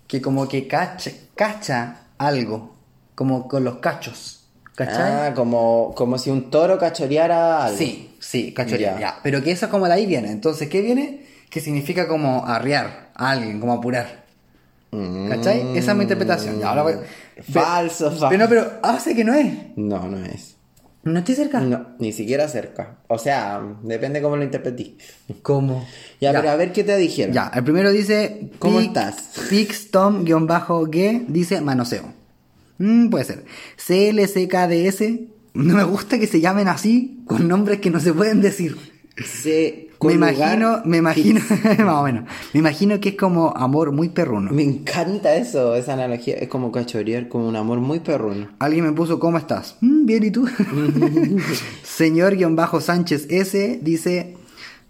Speaker 2: que como que cacha, cacha algo, como con los cachos. ¿Cachai?
Speaker 1: Ah, como, como si un toro cachoreara algo.
Speaker 2: Sí, sí, cachorear, ya.
Speaker 1: Ya.
Speaker 2: Pero que eso es como de ahí viene. Entonces, ¿qué viene? Que significa como arriar a alguien, como apurar.
Speaker 1: Mm,
Speaker 2: ¿Cachai? Esa es mi interpretación. Ya, ahora voy-
Speaker 1: Falso, falso.
Speaker 2: Pero no, pero hace que no es.
Speaker 1: No, no es.
Speaker 2: No estoy cerca.
Speaker 1: No, ni siquiera cerca. O sea, depende cómo lo interpretí.
Speaker 2: ¿Cómo?
Speaker 1: Ya, pero a ver qué te dijeron.
Speaker 2: Ya, el primero dice.
Speaker 1: ¿Cómo
Speaker 2: Pix-
Speaker 1: estás?
Speaker 2: Pixtom-G dice manoseo. Mm, puede ser. CLCKDS. No me gusta que se llamen así con nombres que no se pueden decir.
Speaker 1: Se
Speaker 2: Me
Speaker 1: colugar-
Speaker 2: imagino, me imagino, [LAUGHS] más o menos. Me imagino que es como amor muy perruno.
Speaker 1: Me encanta eso, esa analogía. Es como cachorear con un amor muy perruno.
Speaker 2: Alguien me puso, ¿cómo estás? "Mm, bien,
Speaker 1: [LAUGHS]
Speaker 2: ¿y tú? Señor-Sánchez S dice,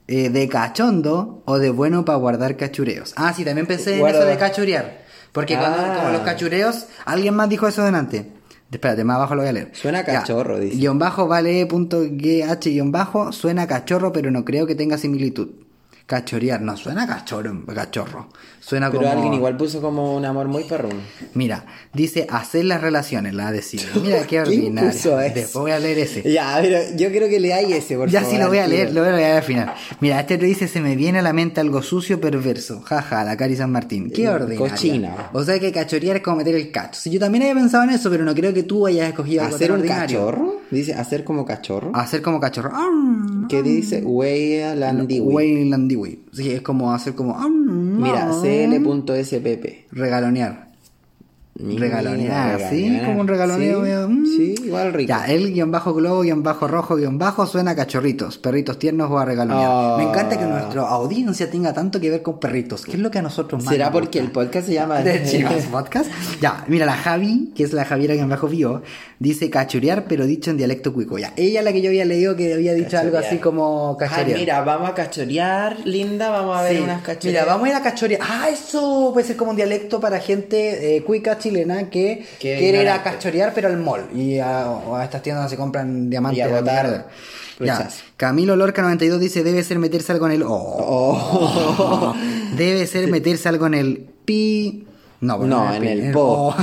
Speaker 2: eh, ¿de cachondo o de bueno para guardar cachureos? Ah, sí, también pensé en
Speaker 1: Guarda-
Speaker 2: eso de cachurear. Porque cuando,
Speaker 1: Ah.
Speaker 2: como los cachureos, alguien más dijo eso delante. Espérate, más abajo lo voy a leer.
Speaker 1: Suena cachorro, dice.
Speaker 2: Guión bajo vale punto GH guión bajo, suena cachorro, pero no creo que tenga similitud. Cachorear, no, suena cachorro, cachorro. Suena
Speaker 1: Pero
Speaker 2: como...
Speaker 1: alguien igual puso como un amor muy perruno.
Speaker 2: Mira, dice hacer las relaciones, la de Silvia.
Speaker 1: [LAUGHS]
Speaker 2: Mira
Speaker 1: ¿Quién
Speaker 2: qué ordinario.
Speaker 1: puso eso?
Speaker 2: Después voy a leer ese.
Speaker 1: Ya, pero yo creo que leáis ese, por
Speaker 2: Ya
Speaker 1: favor.
Speaker 2: sí lo voy a
Speaker 1: al tiro.
Speaker 2: leer, lo voy a leer al final. Mira, este te dice, se me viene a la mente algo sucio perverso. Jaja, la Cari San Martín. Qué
Speaker 1: Mm,
Speaker 2: ordinario.
Speaker 1: cochina.
Speaker 2: O sea que cachorear es como meter el cacho. Si yo también había pensado en eso, pero no creo que tú hayas escogido algo
Speaker 1: ¿Hacer
Speaker 2: tan
Speaker 1: un
Speaker 2: ordinario. Ah.
Speaker 1: cachorro? Dice, ¿hacer como cachorro?
Speaker 2: Hacer como cachorro.
Speaker 1: ¿Qué dice? Weylandiwi.
Speaker 2: Weylandiwi. Sí, es como hacer como... ah.
Speaker 1: Mira, cl.spp.
Speaker 2: Regalonear.
Speaker 1: Mira,
Speaker 2: Regalonear, sí,
Speaker 1: regalonear.
Speaker 2: como un regaloneo.
Speaker 1: Sí,
Speaker 2: medio, mm.
Speaker 1: sí, igual rico.
Speaker 2: Ya, el guión bajo globo, guión bajo rojo, guión bajo suena a cachorritos, perritos tiernos o a regalonear.
Speaker 1: Ah.
Speaker 2: Me encanta que nuestra audiencia tenga tanto que ver con perritos. ¿Qué es lo que a nosotros más
Speaker 1: ¿Será
Speaker 2: nos
Speaker 1: porque el
Speaker 2: gusta?
Speaker 1: podcast se llama
Speaker 2: [LAUGHS] de
Speaker 1: [LAUGHS]
Speaker 2: Chivas Podcast? Ya, mira, la Javi, que es la Javiera guión bajo bio, dice cachurear, pero dicho en dialecto cuico. Ya, ella es la que yo había leído que había dicho algo
Speaker 1: Cachorear.
Speaker 2: así como
Speaker 1: Ay,
Speaker 2: cachurear.
Speaker 1: mira, vamos a cachorear, linda, vamos a ver
Speaker 2: Sí.
Speaker 1: unas cachoreas.
Speaker 2: Mira, vamos a ir a Cachoria. Ah, eso puede ser como un dialecto para gente eh, cuica chilena que
Speaker 1: Qué
Speaker 2: quiere ir a
Speaker 1: ignorante.
Speaker 2: cachorear, pero al mall. Y a, o a estas tiendas donde se compran diamantes.
Speaker 1: Y a
Speaker 2: la
Speaker 1: botar
Speaker 2: mierda. Ya.
Speaker 1: flechazos.
Speaker 2: Camilo Lorca 92 dice, debe ser meterse algo en el... O.
Speaker 1: Oh.
Speaker 2: [LAUGHS] Debe ser meterse algo en el pi. No, pero
Speaker 1: No, en el po.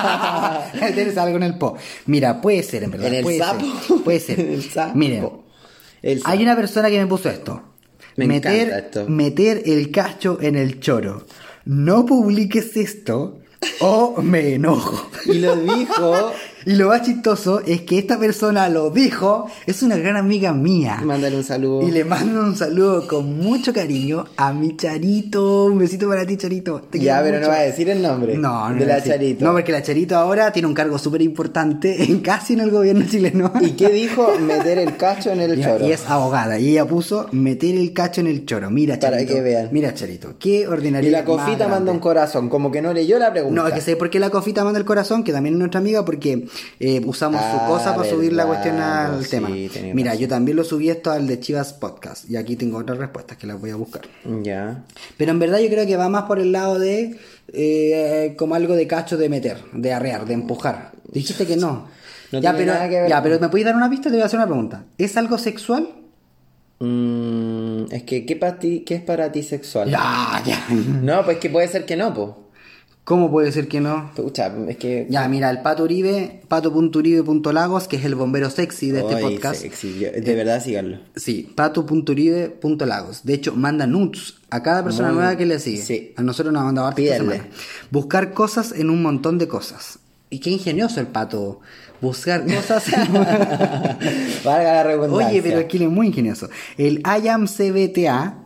Speaker 2: [LAUGHS] Tienes algo en el po. Mira, puede ser, en verdad.
Speaker 1: En el
Speaker 2: puede
Speaker 1: sapo.
Speaker 2: Ser, puede ser.
Speaker 1: [LAUGHS] En el sapo.
Speaker 2: Miren,
Speaker 1: El
Speaker 2: hay una persona que me puso esto.
Speaker 1: Me
Speaker 2: meter,
Speaker 1: encanta esto.
Speaker 2: meter el cacho en el choro. No publiques esto o me enojo.
Speaker 1: Y lo dijo.
Speaker 2: Y lo más chistoso es que esta persona lo dijo, es una gran amiga mía.
Speaker 1: [LAUGHS] Mándale un saludo.
Speaker 2: Y le mando un saludo con mucho cariño a mi Charito. Un besito para ti, Charito. Te
Speaker 1: Ya, pero
Speaker 2: quiero
Speaker 1: no
Speaker 2: mucho.
Speaker 1: va a decir el nombre.
Speaker 2: No, no.
Speaker 1: De
Speaker 2: voy a
Speaker 1: la
Speaker 2: decir.
Speaker 1: Charito.
Speaker 2: No, porque la Charito ahora tiene un cargo súper importante en casi en el gobierno chileno.
Speaker 1: ¿Y
Speaker 2: [LAUGHS]
Speaker 1: qué dijo? Meter el cacho en el
Speaker 2: Y-
Speaker 1: choro.
Speaker 2: Y es abogada. Y ella puso meter el cacho en el choro. Mira,
Speaker 1: Para
Speaker 2: Charito.
Speaker 1: que vean.
Speaker 2: Mira, Charito. Qué ordinaria.
Speaker 1: Y la cofita manda un corazón, como que no leyó la pregunta.
Speaker 2: No, es que sé por qué la cofita manda el corazón, que también es nuestra amiga, porque eh, usamos
Speaker 1: Ah,
Speaker 2: su cosa para subir la
Speaker 1: verdad, pues
Speaker 2: cuestión al
Speaker 1: sí,
Speaker 2: tema.
Speaker 1: tenés
Speaker 2: Mira,
Speaker 1: razón.
Speaker 2: yo también lo subí esto al de Chivas Podcast, y aquí tengo otras respuestas que las voy a buscar.
Speaker 1: Ya.
Speaker 2: Pero en verdad yo creo que va más por el lado de eh, como algo de cacho de meter, de arrear, de empujar. Dijiste que no.
Speaker 1: No
Speaker 2: ya,
Speaker 1: tiene
Speaker 2: pero,
Speaker 1: nada que ver
Speaker 2: ya,
Speaker 1: con-
Speaker 2: pero ¿me puedes dar una pista? Te voy a hacer una pregunta. ¿Es algo sexual?
Speaker 1: Mm, es que, ¿qué, pa ti- qué es para ti sexual?
Speaker 2: Ya, ya.
Speaker 1: No, pues que puede ser que no, po.
Speaker 2: ¿Cómo puede ser que no?
Speaker 1: Pucha, es que.
Speaker 2: Ya, mira, el Pato Uribe, pato.uribe.lagos, que es el bombero sexy de este
Speaker 1: Ay,
Speaker 2: podcast.
Speaker 1: sexy, yo- de verdad,
Speaker 2: [LAUGHS]
Speaker 1: síganlo.
Speaker 2: Sí, pato.uribe.lagos. De hecho, manda nudes a cada persona
Speaker 1: Muy-
Speaker 2: nueva que le sigue.
Speaker 1: sí.
Speaker 2: A nosotros nos ha mandado harto esta
Speaker 1: Pídanle.
Speaker 2: semana. Buscar cosas en un montón de cosas. Y qué ingenioso el pato. Buscar
Speaker 1: [LAUGHS]
Speaker 2: cosas en...
Speaker 1: Valga la redundancia.
Speaker 2: Oye, pero aquí es muy ingenioso. El IAM CBTA,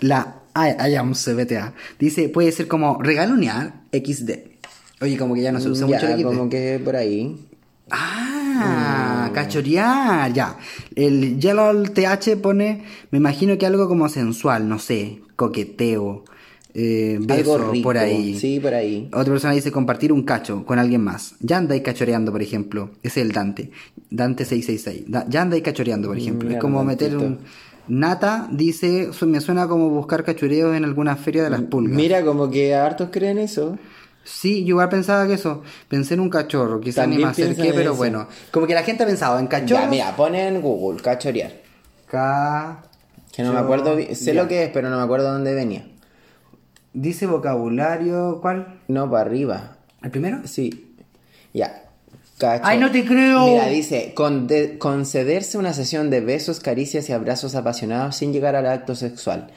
Speaker 2: la IAM CBTA, dice, puede ser como regalonear XD. Oye, como que ya no se usa
Speaker 1: Ya,
Speaker 2: mucho el XD.
Speaker 1: como que por ahí.
Speaker 2: Ah,
Speaker 1: Mm.
Speaker 2: cachorear, ya. El Yellow TH pone, me imagino que algo como sensual, no sé, coqueteo, eh, beso,
Speaker 1: Algo rico.
Speaker 2: por ahí.
Speaker 1: Sí, por ahí.
Speaker 2: Otra persona dice compartir un cacho con alguien más. Ya andáis cachoreando, por ejemplo. Ese es el Dante. Dante 666. Da- ya andáis cachoreando, por ejemplo.
Speaker 1: Mm, Mira,
Speaker 2: es como meter
Speaker 1: Dantito.
Speaker 2: un... Nata dice, "Su- me suena como buscar cachureos en alguna feria de las pulgas.
Speaker 1: Mm, Mira, como que hartos creen eso.
Speaker 2: Sí, yo igual pensaba que eso. Pensé en un cachorro, quizás ni
Speaker 1: También
Speaker 2: me
Speaker 1: piensa
Speaker 2: acerqué,
Speaker 1: en
Speaker 2: pero
Speaker 1: eso.
Speaker 2: bueno. Como que la gente ha pensado en cachorros.
Speaker 1: Ya, mira, pon en Google, cachorear.
Speaker 2: Ca-
Speaker 1: Que no me
Speaker 2: Yo-
Speaker 1: acuerdo, bien- sé
Speaker 2: ya.
Speaker 1: lo que es, pero no me acuerdo dónde venía.
Speaker 2: Dice vocabulario, ¿cuál?
Speaker 1: No, para arriba.
Speaker 2: ¿El primero?
Speaker 1: Sí. Ya. Cacho.
Speaker 2: ¡Ay, no te creo!
Speaker 1: Mira, dice, "Conde- concederse una sesión de besos, caricias y abrazos apasionados sin llegar al acto sexual.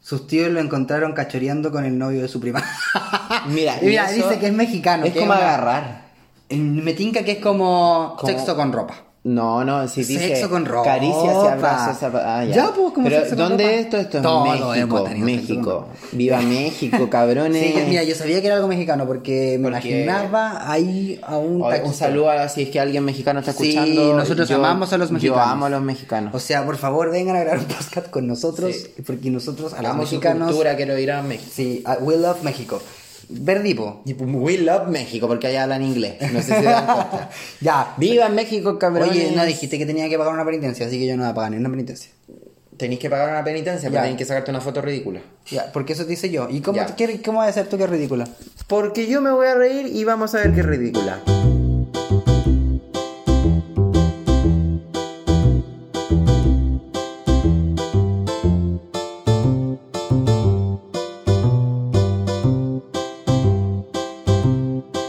Speaker 2: Sus tíos lo encontraron cachoreando con el novio de su prima. [LAUGHS]
Speaker 1: Mira,
Speaker 2: Y mira,
Speaker 1: y eso
Speaker 2: dice que es mexicano.
Speaker 1: Es
Speaker 2: que
Speaker 1: como
Speaker 2: una-
Speaker 1: agarrar.
Speaker 2: En- Me tinca que es como,
Speaker 1: Como-
Speaker 2: sexo con ropa.
Speaker 1: [LAUGHS] No, no, si dice
Speaker 2: sexo con ropa.
Speaker 1: caricias y abrazos. apa- Ah, ya.
Speaker 2: Ya, pues, como
Speaker 1: Pero
Speaker 2: sexo con
Speaker 1: ¿dónde
Speaker 2: ropa.
Speaker 1: es esto? Esto es
Speaker 2: Todo hemos
Speaker 1: México.
Speaker 2: tenido sexo con
Speaker 1: México.
Speaker 2: ropa.
Speaker 1: Viva
Speaker 2: [LAUGHS]
Speaker 1: México, cabrones.
Speaker 2: Sí, que- mira, yo sabía que era algo mexicano porque me
Speaker 1: Porque-
Speaker 2: imaginaba ahí a un
Speaker 1: Oye,
Speaker 2: taquito.
Speaker 1: un saludo a si es que alguien mexicano está
Speaker 2: Sí,
Speaker 1: escuchando.
Speaker 2: nosotros amamos a los mexicanos.
Speaker 1: Yo amo a los mexicanos.
Speaker 2: O sea, por favor, vengan a grabar un podcast con nosotros porque nosotros a los
Speaker 1: Amo su
Speaker 2: mexicanos...
Speaker 1: cultura que lo dirá México.
Speaker 2: Sí, I- we love México. Verdipo.
Speaker 1: Y We love México porque allá hablan inglés. No sé si se dan cuenta.
Speaker 2: ya.
Speaker 1: [LAUGHS] Viva México, cabrones.
Speaker 2: Oye, no dijiste que tenía que pagar una penitencia, así que yo no voy a pagar ni una penitencia.
Speaker 1: Tenéis que pagar una penitencia,
Speaker 2: Ya.
Speaker 1: pero tenéis que sacarte una foto ridícula.
Speaker 2: Ya, porque eso te hice yo. ¿Y cómo,
Speaker 1: Ya.
Speaker 2: qué- cómo vas a hacer tú que es ridícula?
Speaker 1: Porque yo me voy a reír y vamos a ver qué ridícula.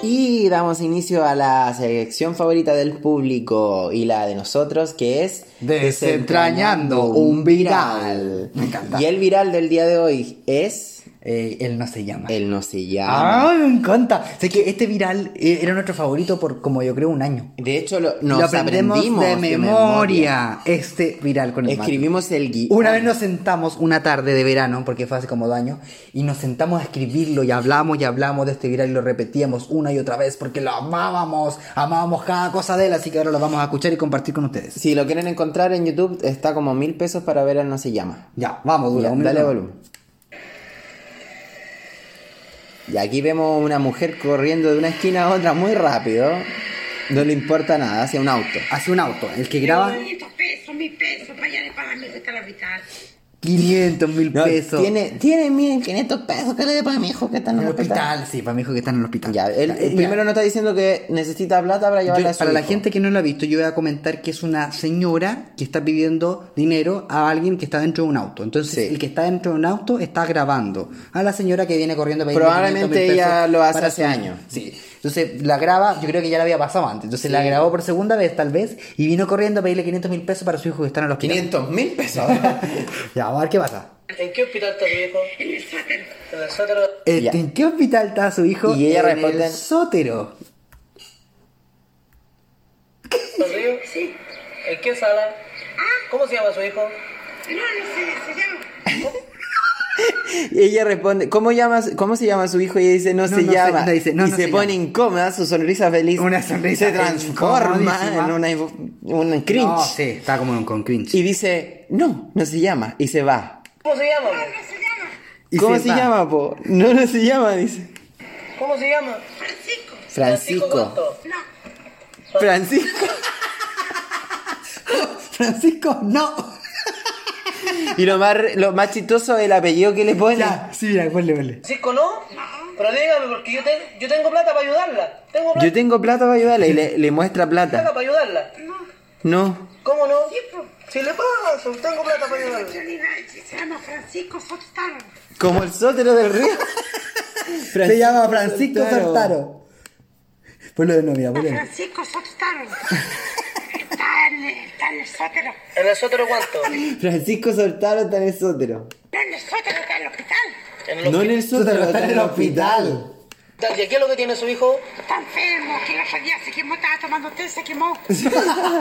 Speaker 1: Y damos inicio a la sección favorita del público y la de nosotros, que es
Speaker 2: Desentrañando un viral. Me encanta.
Speaker 1: Y el viral del día de hoy es
Speaker 2: Eh, él no se llama.
Speaker 1: el no se llama.
Speaker 2: Ah, me encanta. Sé que este viral eh, era nuestro favorito por como yo creo un año.
Speaker 1: De hecho, lo, nos
Speaker 2: Lo aprendemos
Speaker 1: aprendimos
Speaker 2: de memoria. Este viral con el Mati.
Speaker 1: Escribimos el guión.
Speaker 2: Una vez nos sentamos una tarde de verano, porque fue hace como dos años, y nos sentamos a escribirlo y hablamos y hablamos de este viral y lo repetíamos una y otra vez porque lo amábamos, amábamos cada cosa de él, así que ahora lo vamos a escuchar y compartir con ustedes.
Speaker 1: Si lo quieren encontrar en YouTube, está como mil pesos para ver al No Se Llama.
Speaker 2: Ya, vamos, dura.
Speaker 1: Ya,
Speaker 2: un
Speaker 1: dale
Speaker 2: minuto.
Speaker 1: volumen. Y aquí vemos una mujer corriendo de una esquina a otra muy rápido. No le importa nada, hacia un auto.
Speaker 2: Hace un auto, el que graba.
Speaker 6: Ay, tu peso, mi peso, para allá de para mí, hasta la mitad.
Speaker 2: 500 mil
Speaker 1: No,
Speaker 2: pesos.
Speaker 1: Tiene, tiene 1500 pesos que le dé para mi hijo que está en
Speaker 2: En
Speaker 1: el hospital.
Speaker 2: sí, para mi hijo que está en el hospital.
Speaker 1: Ya, él, él
Speaker 2: Ya.
Speaker 1: primero no está diciendo que necesita plata para
Speaker 2: Yo-
Speaker 1: llevarla a su
Speaker 2: para la
Speaker 1: hijo.
Speaker 2: gente que no lo ha visto, yo voy a comentar que es una señora que está pidiendo dinero a alguien que está dentro de un auto. Entonces,
Speaker 1: Sí.
Speaker 2: el que está dentro de un auto está grabando a la señora que viene corriendo a pedirle
Speaker 1: Probablemente
Speaker 2: 500.000 pesos
Speaker 1: ella lo hace
Speaker 2: para
Speaker 1: hace
Speaker 2: su-
Speaker 1: años.
Speaker 2: Sí. Entonces, la graba, yo creo que ya la había pasado antes. Entonces, la grabó por segunda vez, tal vez, y vino corriendo a pedirle 500 mil pesos para su hijo que está en el hospital.
Speaker 1: 500 mil pesos.
Speaker 2: [LAUGHS] Ya, vamos a ver qué pasa.
Speaker 7: ¿En qué hospital está tu hijo? En el sótano.
Speaker 2: Este,
Speaker 1: Ya.
Speaker 2: ¿En qué hospital está su hijo?
Speaker 1: Y ella
Speaker 2: en
Speaker 1: responde-
Speaker 2: el sótero.
Speaker 7: ¿Los ríos? Sí. Ah. ¿En qué sala? ¿Cómo se llama su hijo?
Speaker 1: y ella responde, ¿cómo, llamas, ¿cómo se llama su hijo? Y ella dice, no,
Speaker 2: No,
Speaker 1: se
Speaker 2: no se-
Speaker 1: llama.
Speaker 2: no, dice, no,
Speaker 1: y
Speaker 2: no
Speaker 1: se,
Speaker 2: se
Speaker 1: pone
Speaker 2: llama.
Speaker 1: incómoda, su sonrisa feliz
Speaker 2: Una sonrisa
Speaker 1: se transforma en una, un cringe.
Speaker 2: No, sí, está como con cringe.
Speaker 1: Y dice, no, no se llama. Y se va.
Speaker 7: ¿Cómo se llama?
Speaker 2: Y
Speaker 1: ¿Cómo
Speaker 2: se
Speaker 1: se,
Speaker 2: va.
Speaker 1: llama, po? No, no se llama, dice.
Speaker 7: ¿Cómo se llama?
Speaker 1: Francisco.
Speaker 7: cuánto?
Speaker 1: Francisco. [LAUGHS]
Speaker 2: Francisco, no.
Speaker 1: Y lo más, lo más chistoso es el apellido que le pone.
Speaker 2: Ya, sí, mira, ponle, ponle.
Speaker 7: ¿Francisco no? Pero dígame, porque yo, te- yo tengo plata para ayudarla. Tengo plata
Speaker 1: Yo tengo plata para ayudarla y le, le muestra
Speaker 7: [LAUGHS]
Speaker 1: plata.
Speaker 7: para ayudarla.
Speaker 1: No.
Speaker 7: ¿Cómo no? Si le paso, tengo plata para ayudarla.
Speaker 6: Se llama Francisco Soltaro.
Speaker 1: Como el sótero del río.
Speaker 2: Se llama Francisco Sartaro. Ponlo de novia, ponlo
Speaker 1: [LAUGHS]
Speaker 2: de nuevo.
Speaker 6: Francisco Soltaro. Está en, está en el sótero.
Speaker 7: ¿En el sótano cuánto?
Speaker 1: Francisco Soltaro está en el sótero.
Speaker 6: Está en el sótero, está en el hospital.
Speaker 7: En el
Speaker 1: No en el sótero, está en el hospital.
Speaker 7: hospital. ¿Y aquí es lo que tiene su hijo?
Speaker 6: Está enfermo, que el otro día se quemó, estaba tomando té, se quemó.
Speaker 2: [LAUGHS]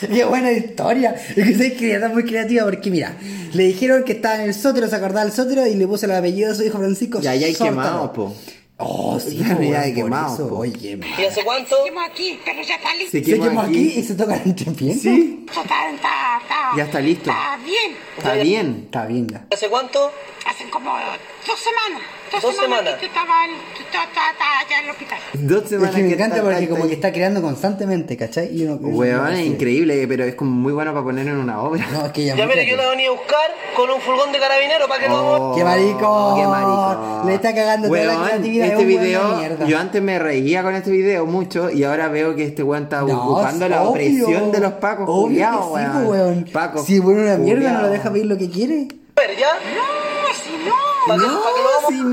Speaker 2: Qué buena historia. Es que soy creativa, muy creativa porque mira, le dijeron que estaba en el sótero, se acordaba del sótero y le puso el apellido de su hijo Francisco.
Speaker 1: Y ahí hay
Speaker 2: Sórtaro.
Speaker 1: quemado, po.
Speaker 2: Oh, sí,
Speaker 1: Ya,
Speaker 2: po,
Speaker 1: ya
Speaker 2: weón,
Speaker 1: hay
Speaker 2: por
Speaker 1: quemado,
Speaker 2: eso.
Speaker 1: po.
Speaker 2: Oye, ma.
Speaker 7: ¿Y hace cuánto?
Speaker 6: Quemó aquí, pero ya está listo.
Speaker 1: Se
Speaker 2: Se
Speaker 1: quemó,
Speaker 2: quemó
Speaker 1: aquí.
Speaker 2: aquí y se toca entre piernas.
Speaker 1: Sí.
Speaker 6: Está, está, está,
Speaker 1: Ya está listo.
Speaker 6: Está bien.
Speaker 1: Está bien.
Speaker 2: Está bien ya.
Speaker 7: ¿Y hace cuánto?
Speaker 6: Hacen como dos semanas. Dos,
Speaker 7: Dos
Speaker 6: semanas.
Speaker 7: semanas.
Speaker 6: que Tú estabas tú estabas- estabas- estabas allá en el hospital.
Speaker 1: Dos
Speaker 2: Es
Speaker 1: semanas
Speaker 2: que me
Speaker 1: que
Speaker 2: encanta
Speaker 1: está-
Speaker 2: porque
Speaker 1: está-
Speaker 2: como que está creando constantemente, ¿cachai? Y uno,
Speaker 1: Weón, es
Speaker 2: sí.
Speaker 1: increíble, pero es como muy bueno para poner en una obra.
Speaker 2: [LAUGHS] No, es que ella es
Speaker 7: Ya
Speaker 2: muy
Speaker 7: mire, yo
Speaker 2: creativa.
Speaker 7: la venía a buscar con un furgón de carabinero para que no...
Speaker 1: Oh,
Speaker 2: ¡Qué maricón!
Speaker 1: ¡Qué maricón!
Speaker 2: Le está cagando toda la
Speaker 1: Weón,
Speaker 2: creatividad, es
Speaker 1: Este
Speaker 2: un weón de
Speaker 1: video,
Speaker 2: mierda.
Speaker 1: yo antes me reía con este video mucho y ahora veo que este weón está
Speaker 2: No,
Speaker 1: ocupando la
Speaker 2: obvio.
Speaker 1: opresión de los pacos.
Speaker 2: Obvio
Speaker 1: culiao,
Speaker 2: que sí, po, weón.
Speaker 1: Paco.
Speaker 2: Si pone una mierda,
Speaker 1: culiao.
Speaker 2: no lo deja pedir lo que quiere.
Speaker 7: Pero ya,
Speaker 6: No, si no.
Speaker 7: para que,
Speaker 1: No,
Speaker 7: pa' que lo vamos
Speaker 1: si Ah,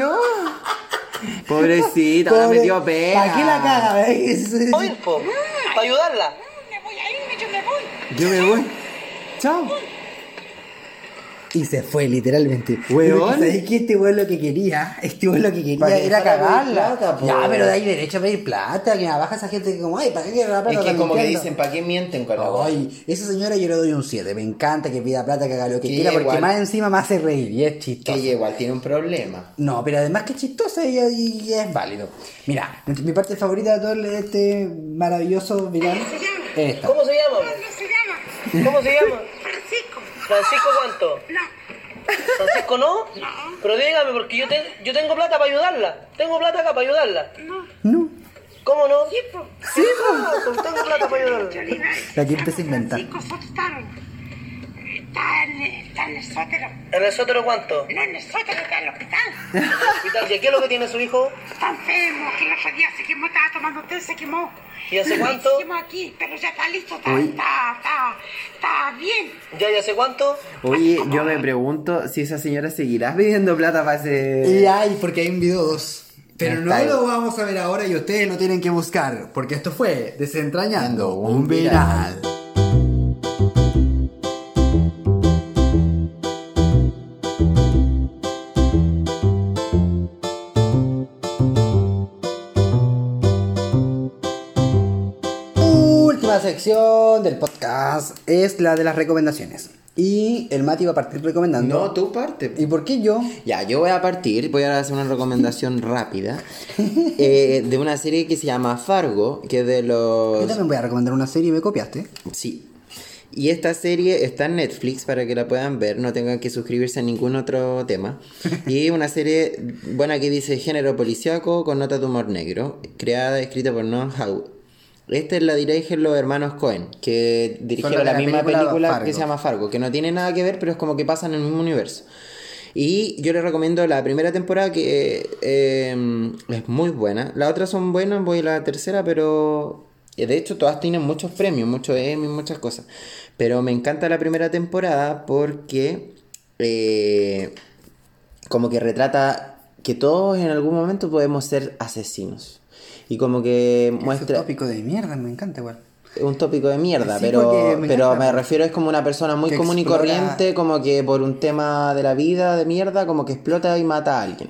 Speaker 1: no. Pobrecita, la
Speaker 2: Pobre-
Speaker 1: metió pena.
Speaker 2: ¿Para qué la caga? [LAUGHS] eh? Es- es-
Speaker 7: a oír, po, para ayudarla.
Speaker 6: No, Mm, me voy a irme, yo me voy.
Speaker 1: Yo me voy. Chao.
Speaker 2: Y se fue, literalmente.
Speaker 1: Weón.
Speaker 2: Pero es que este weón lo que quería, este weón lo que quería
Speaker 1: Para que
Speaker 2: era
Speaker 1: dejara pedir
Speaker 2: cagarla.
Speaker 1: plata, po.
Speaker 2: ya, pero de ahí derecho a pedir plata, que me baja esa gente que como, ay, ¿para qué quiere la plata? Está mintiendo.
Speaker 1: ¿para qué mienten con
Speaker 2: Ay, esa señora yo le doy un 7. Me encanta que pida plata, que haga lo que
Speaker 1: Que
Speaker 2: quiera,
Speaker 1: ella
Speaker 2: porque
Speaker 1: igual-
Speaker 2: más encima me hace reír y es chistoso.
Speaker 1: igual tiene un problema.
Speaker 2: No, pero además que es chistosa y, y- y es válido. Mira, mi- mi parte favorita de todo el- este maravilloso viral es esta.
Speaker 7: ¿Cómo se llama?
Speaker 6: ¿Cómo se llama?
Speaker 7: ¿Cómo se llama?
Speaker 6: Francisco.
Speaker 7: ¿Francisco cuánto?
Speaker 6: No,
Speaker 7: ¿Francisco no? Pero dígame, porque yo, te- yo tengo plata para ayudarla. Tengo plata acá para ayudarla.
Speaker 2: No,
Speaker 7: ¿Cómo no? Sí, pues, tengo plata para ayudarla.
Speaker 2: la que empieza a inventar.
Speaker 6: Francisco Soltaro. Está en, está en el sótero.
Speaker 7: ¿En el sótano cuánto?
Speaker 6: No, en el sótero, está en el hospital.
Speaker 7: [LAUGHS] ¿Y tal? ¿Y qué es lo que tiene su hijo?
Speaker 6: Está enfermo, que el otro día se quemó, estaba tomando té, se quemó.
Speaker 7: ¿Y hace cuánto?
Speaker 6: Se quemó aquí, pero ya está listo, está, está, está, está bien.
Speaker 7: ¿Ya y hace cuánto?
Speaker 1: Oye, yo me pregunto si esa señora seguirá pidiendo plata para ese...
Speaker 2: Y hay, porque hay un video 2. Pero
Speaker 1: Eh, Está
Speaker 2: no
Speaker 1: ahí.
Speaker 2: lo vamos a ver ahora y ustedes lo tienen que buscar, porque esto fue Desentrañando un
Speaker 1: Un
Speaker 2: viral.
Speaker 1: Viral.
Speaker 2: Última sección del podcast es la de las recomendaciones. Y el Mati va a partir recomendando.
Speaker 1: No, tu parte.
Speaker 2: ¿Y por qué yo?
Speaker 1: Ya, yo voy a partir, voy a hacer una recomendación [LAUGHS] rápida eh, de una serie que se llama Fargo, que es de
Speaker 2: Yo
Speaker 1: los...
Speaker 2: también voy a recomendar una serie y me copiaste.
Speaker 1: Sí. Y esta serie está en Netflix para que la puedan ver, no tengan que suscribirse a ningún otro
Speaker 2: [LAUGHS]
Speaker 1: tema. Y una serie, bueno, aquí dice género policíaco con nota de humor negro, creada, escrita por Noah Howe. Esta la dirigen los hermanos Cohen, que
Speaker 2: Son
Speaker 1: dirigieron
Speaker 2: los de
Speaker 1: la,
Speaker 2: la
Speaker 1: misma
Speaker 2: película
Speaker 1: película,
Speaker 2: Fargo.
Speaker 1: que se llama Fargo, que no tiene nada que ver, pero es como que pasan en el mismo universo. Y yo les recomiendo la primera temporada que eh, eh, es muy buena. Las otras son buenas, voy a la tercera, pero eh, de hecho todas tienen muchos premios, muchos Emmy, muchas cosas. Pero me encanta la primera temporada porque eh, como que retrata que todos en algún momento podemos ser asesinos. Y como que
Speaker 2: Es
Speaker 1: muestra
Speaker 2: un tópico de mierda, me encanta igual.
Speaker 1: un tópico de mierda,
Speaker 2: Sí,
Speaker 1: pero,
Speaker 2: porque me
Speaker 1: pero
Speaker 2: encanta.
Speaker 1: me refiero es como una persona muy
Speaker 2: Que
Speaker 1: común
Speaker 2: explora-
Speaker 1: y corriente, como que por un tema de la vida, de mierda, como que explota y mata a alguien.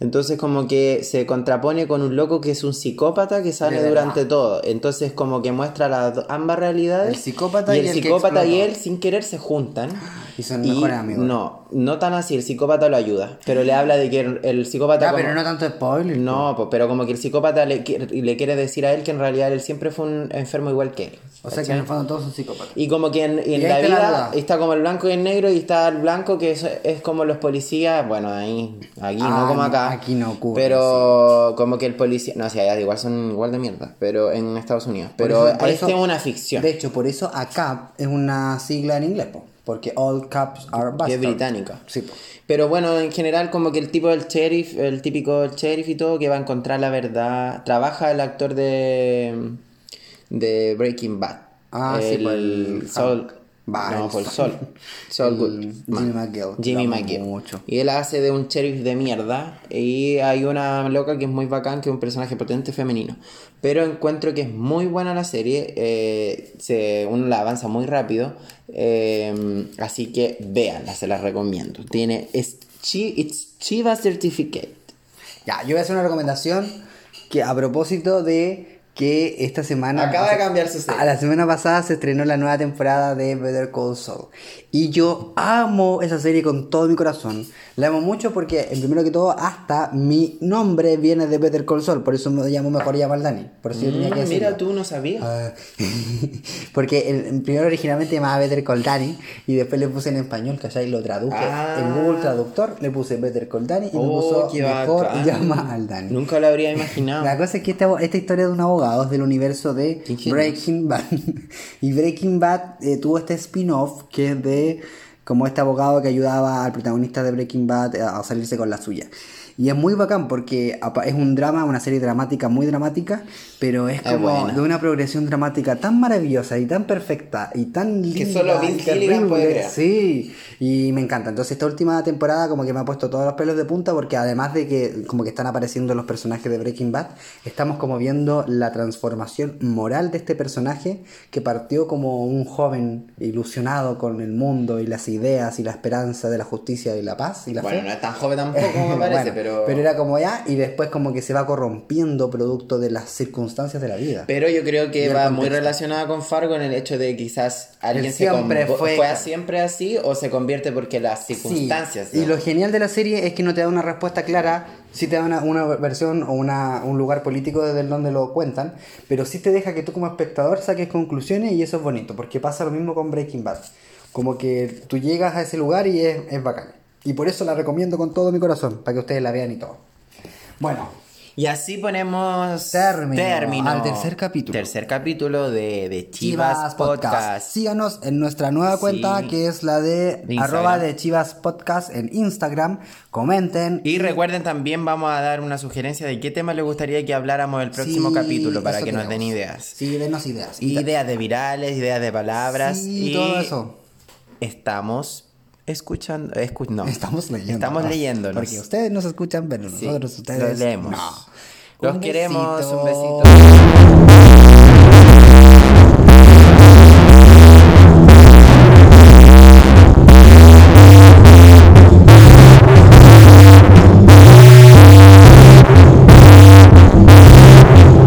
Speaker 1: Entonces como que se contrapone con un loco que es un psicópata que sale
Speaker 2: verdad.
Speaker 1: durante todo. Entonces como que muestra las do- ambas realidades.
Speaker 2: El psicópata
Speaker 1: y
Speaker 2: y
Speaker 1: el,
Speaker 2: el que
Speaker 1: psicópata y
Speaker 2: explota. Ah,
Speaker 1: él sin querer se juntan.
Speaker 2: Y son mejores amigos.
Speaker 1: No, no tan así, el psicópata lo ayuda, pero le habla de que el, el psicópata...
Speaker 2: Ya,
Speaker 1: como-
Speaker 2: Ah, pero no tanto spoiler.
Speaker 1: no, po, pero como que el psicópata le, qui- le quiere decir a él que en realidad él siempre fue un enfermo igual que él.
Speaker 2: O sea que en el fondo todos son psicópatas.
Speaker 1: Y como que en, en
Speaker 2: Y ahí
Speaker 1: la
Speaker 2: está la
Speaker 1: vida
Speaker 2: duda.
Speaker 1: está como el blanco y el negro y está el blanco que es, es como los policías, bueno, ahí, aquí
Speaker 2: Ah,
Speaker 1: no como acá.
Speaker 2: aquí no ocurre,
Speaker 1: Pero como que el policía, no, sé, allá igual son igual de mierda, pero en Estados Unidos. Pero
Speaker 2: Por eso- por
Speaker 1: este
Speaker 2: eso-
Speaker 1: es una ficción,
Speaker 2: De hecho, por eso ACAP es una sigla en inglés, po, porque All Caps
Speaker 1: que
Speaker 2: Are Bastards.
Speaker 1: es británica.
Speaker 2: Sí, po.
Speaker 1: Pero bueno, en general como que el tipo del sheriff, el típico sheriff y todo, que va a encontrar la verdad, trabaja el actor de, de Breaking Bad.
Speaker 2: Ah, sí, por el
Speaker 1: el Sol.
Speaker 2: Hank. Va,
Speaker 1: no,
Speaker 2: el
Speaker 1: por el
Speaker 2: Sol.
Speaker 1: Sol. Sol
Speaker 2: El
Speaker 1: Goodman.
Speaker 2: Jimmy McGill,
Speaker 1: Jimmy
Speaker 2: lo amo
Speaker 1: McGill.
Speaker 2: mucho.
Speaker 1: Y él hace de un sheriff de mierda. Y hay una loca que es muy bacán, que es un personaje potente femenino. Pero encuentro que es muy buena la serie. eh, se, uno la avanza muy rápido. eh, así que véanla, se la recomiendo. Tiene. Es, chi- it's Chiva Certificate.
Speaker 2: Ya, yo voy a hacer una recomendación que a propósito de que esta semana...
Speaker 1: Acaba de cambiar su serie.
Speaker 2: A la semana pasada se estrenó la nueva temporada de Better Call Saul. Y yo amo esa serie con todo mi corazón. La amo mucho porque, en primero que todo, hasta mi nombre viene de Better Call Saul. Por eso me llamo mejor Yamal Dani. Por eso yo tenía
Speaker 1: Ah,
Speaker 2: que decirlo.
Speaker 1: mira, tú no sabías.
Speaker 2: Ah, [LAUGHS] Porque el, el primero originalmente llamaba Better Call Dani y después le puse en español, ¿cachai? Lo traduje.
Speaker 1: Ah.
Speaker 2: En Google Traductor le puse Better Call Dani y me
Speaker 1: Oh,
Speaker 2: puso
Speaker 1: qué
Speaker 2: Mejor
Speaker 1: bacán.
Speaker 2: [LAUGHS] llama al Dani.
Speaker 1: Nunca lo habría [LAUGHS] imaginado.
Speaker 2: La cosa es que esta, esta historia de un abogado es del universo de
Speaker 1: Qué ingenio.
Speaker 2: Breaking Bad. [LAUGHS] y Breaking Bad eh, tuvo este spin-off que es de como este abogado que ayudaba al protagonista de Breaking Bad eh, a salirse con la suya. Y es muy bacán porque apa- es un drama, una serie dramática muy dramática, pero es
Speaker 1: Es
Speaker 2: como
Speaker 1: buena.
Speaker 2: de una progresión dramática tan maravillosa y tan perfecta y tan linda.
Speaker 1: Que solo
Speaker 2: y
Speaker 1: Vince Gilligan puede
Speaker 2: terrible.
Speaker 1: crear.
Speaker 2: Sí, y me encanta. Entonces esta última temporada como que me ha puesto todos los pelos de punta porque además de que como que están apareciendo los personajes de Breaking Bad, estamos como viendo la transformación moral de este personaje que partió como un joven ilusionado con el mundo y las ideas y la esperanza de la justicia y la paz y la
Speaker 1: bueno,
Speaker 2: fe.
Speaker 1: no es tan joven tampoco, [LAUGHS] me parece,
Speaker 2: [LAUGHS] Bueno,
Speaker 1: pero.
Speaker 2: era como ya y después como que se va corrompiendo producto de las circunstancias de la vida.
Speaker 1: Pero yo creo
Speaker 2: Y
Speaker 1: que
Speaker 2: el
Speaker 1: va
Speaker 2: contexto.
Speaker 1: muy relacionada con Fargo en el hecho de que quizás alguien se
Speaker 2: siempre
Speaker 1: convo-
Speaker 2: fue-
Speaker 1: siempre así o se convierte porque las circunstancias.
Speaker 2: Sí, Y
Speaker 1: ¿no?
Speaker 2: lo genial de la serie es que no te da una respuesta clara, sí te da una, una versión o una, un lugar político desde el donde lo cuentan, pero sí te deja que tú como espectador saques conclusiones y eso es bonito, porque pasa lo mismo con Breaking Bad. Como que tú llegas a ese lugar y es, es bacán. Y por eso la recomiendo con todo mi corazón, para que ustedes la vean y todo. Bueno,
Speaker 1: Y así ponemos
Speaker 2: Término
Speaker 1: término
Speaker 2: al tercer capítulo.
Speaker 1: Tercer capítulo de, de Chivas, Podcast.
Speaker 2: Síganos en nuestra nueva cuenta
Speaker 1: Sí.
Speaker 2: que es la de
Speaker 1: Instagram.
Speaker 2: arroba de Chivas Podcast en Instagram. Comenten.
Speaker 1: Y recuerden también vamos a dar una sugerencia de qué tema les gustaría que habláramos el próximo
Speaker 2: Sí,
Speaker 1: capítulo para
Speaker 2: eso
Speaker 1: que nos den
Speaker 2: queremos.
Speaker 1: ideas.
Speaker 2: Sí, denos ideas. Y
Speaker 1: Ideas de virales, ideas de palabras
Speaker 2: Sí,
Speaker 1: y
Speaker 2: todo eso. [LAUGHS]
Speaker 1: Estamos escuchando, escu- no.
Speaker 2: Estamos leyendo.
Speaker 1: Estamos leyéndonos.
Speaker 2: Porque ustedes nos escuchan, pero
Speaker 1: Sí,
Speaker 2: nosotros ustedes.
Speaker 1: los leemos.
Speaker 2: no.
Speaker 1: Los
Speaker 2: Un
Speaker 1: queremos, un
Speaker 2: besito.
Speaker 1: besito.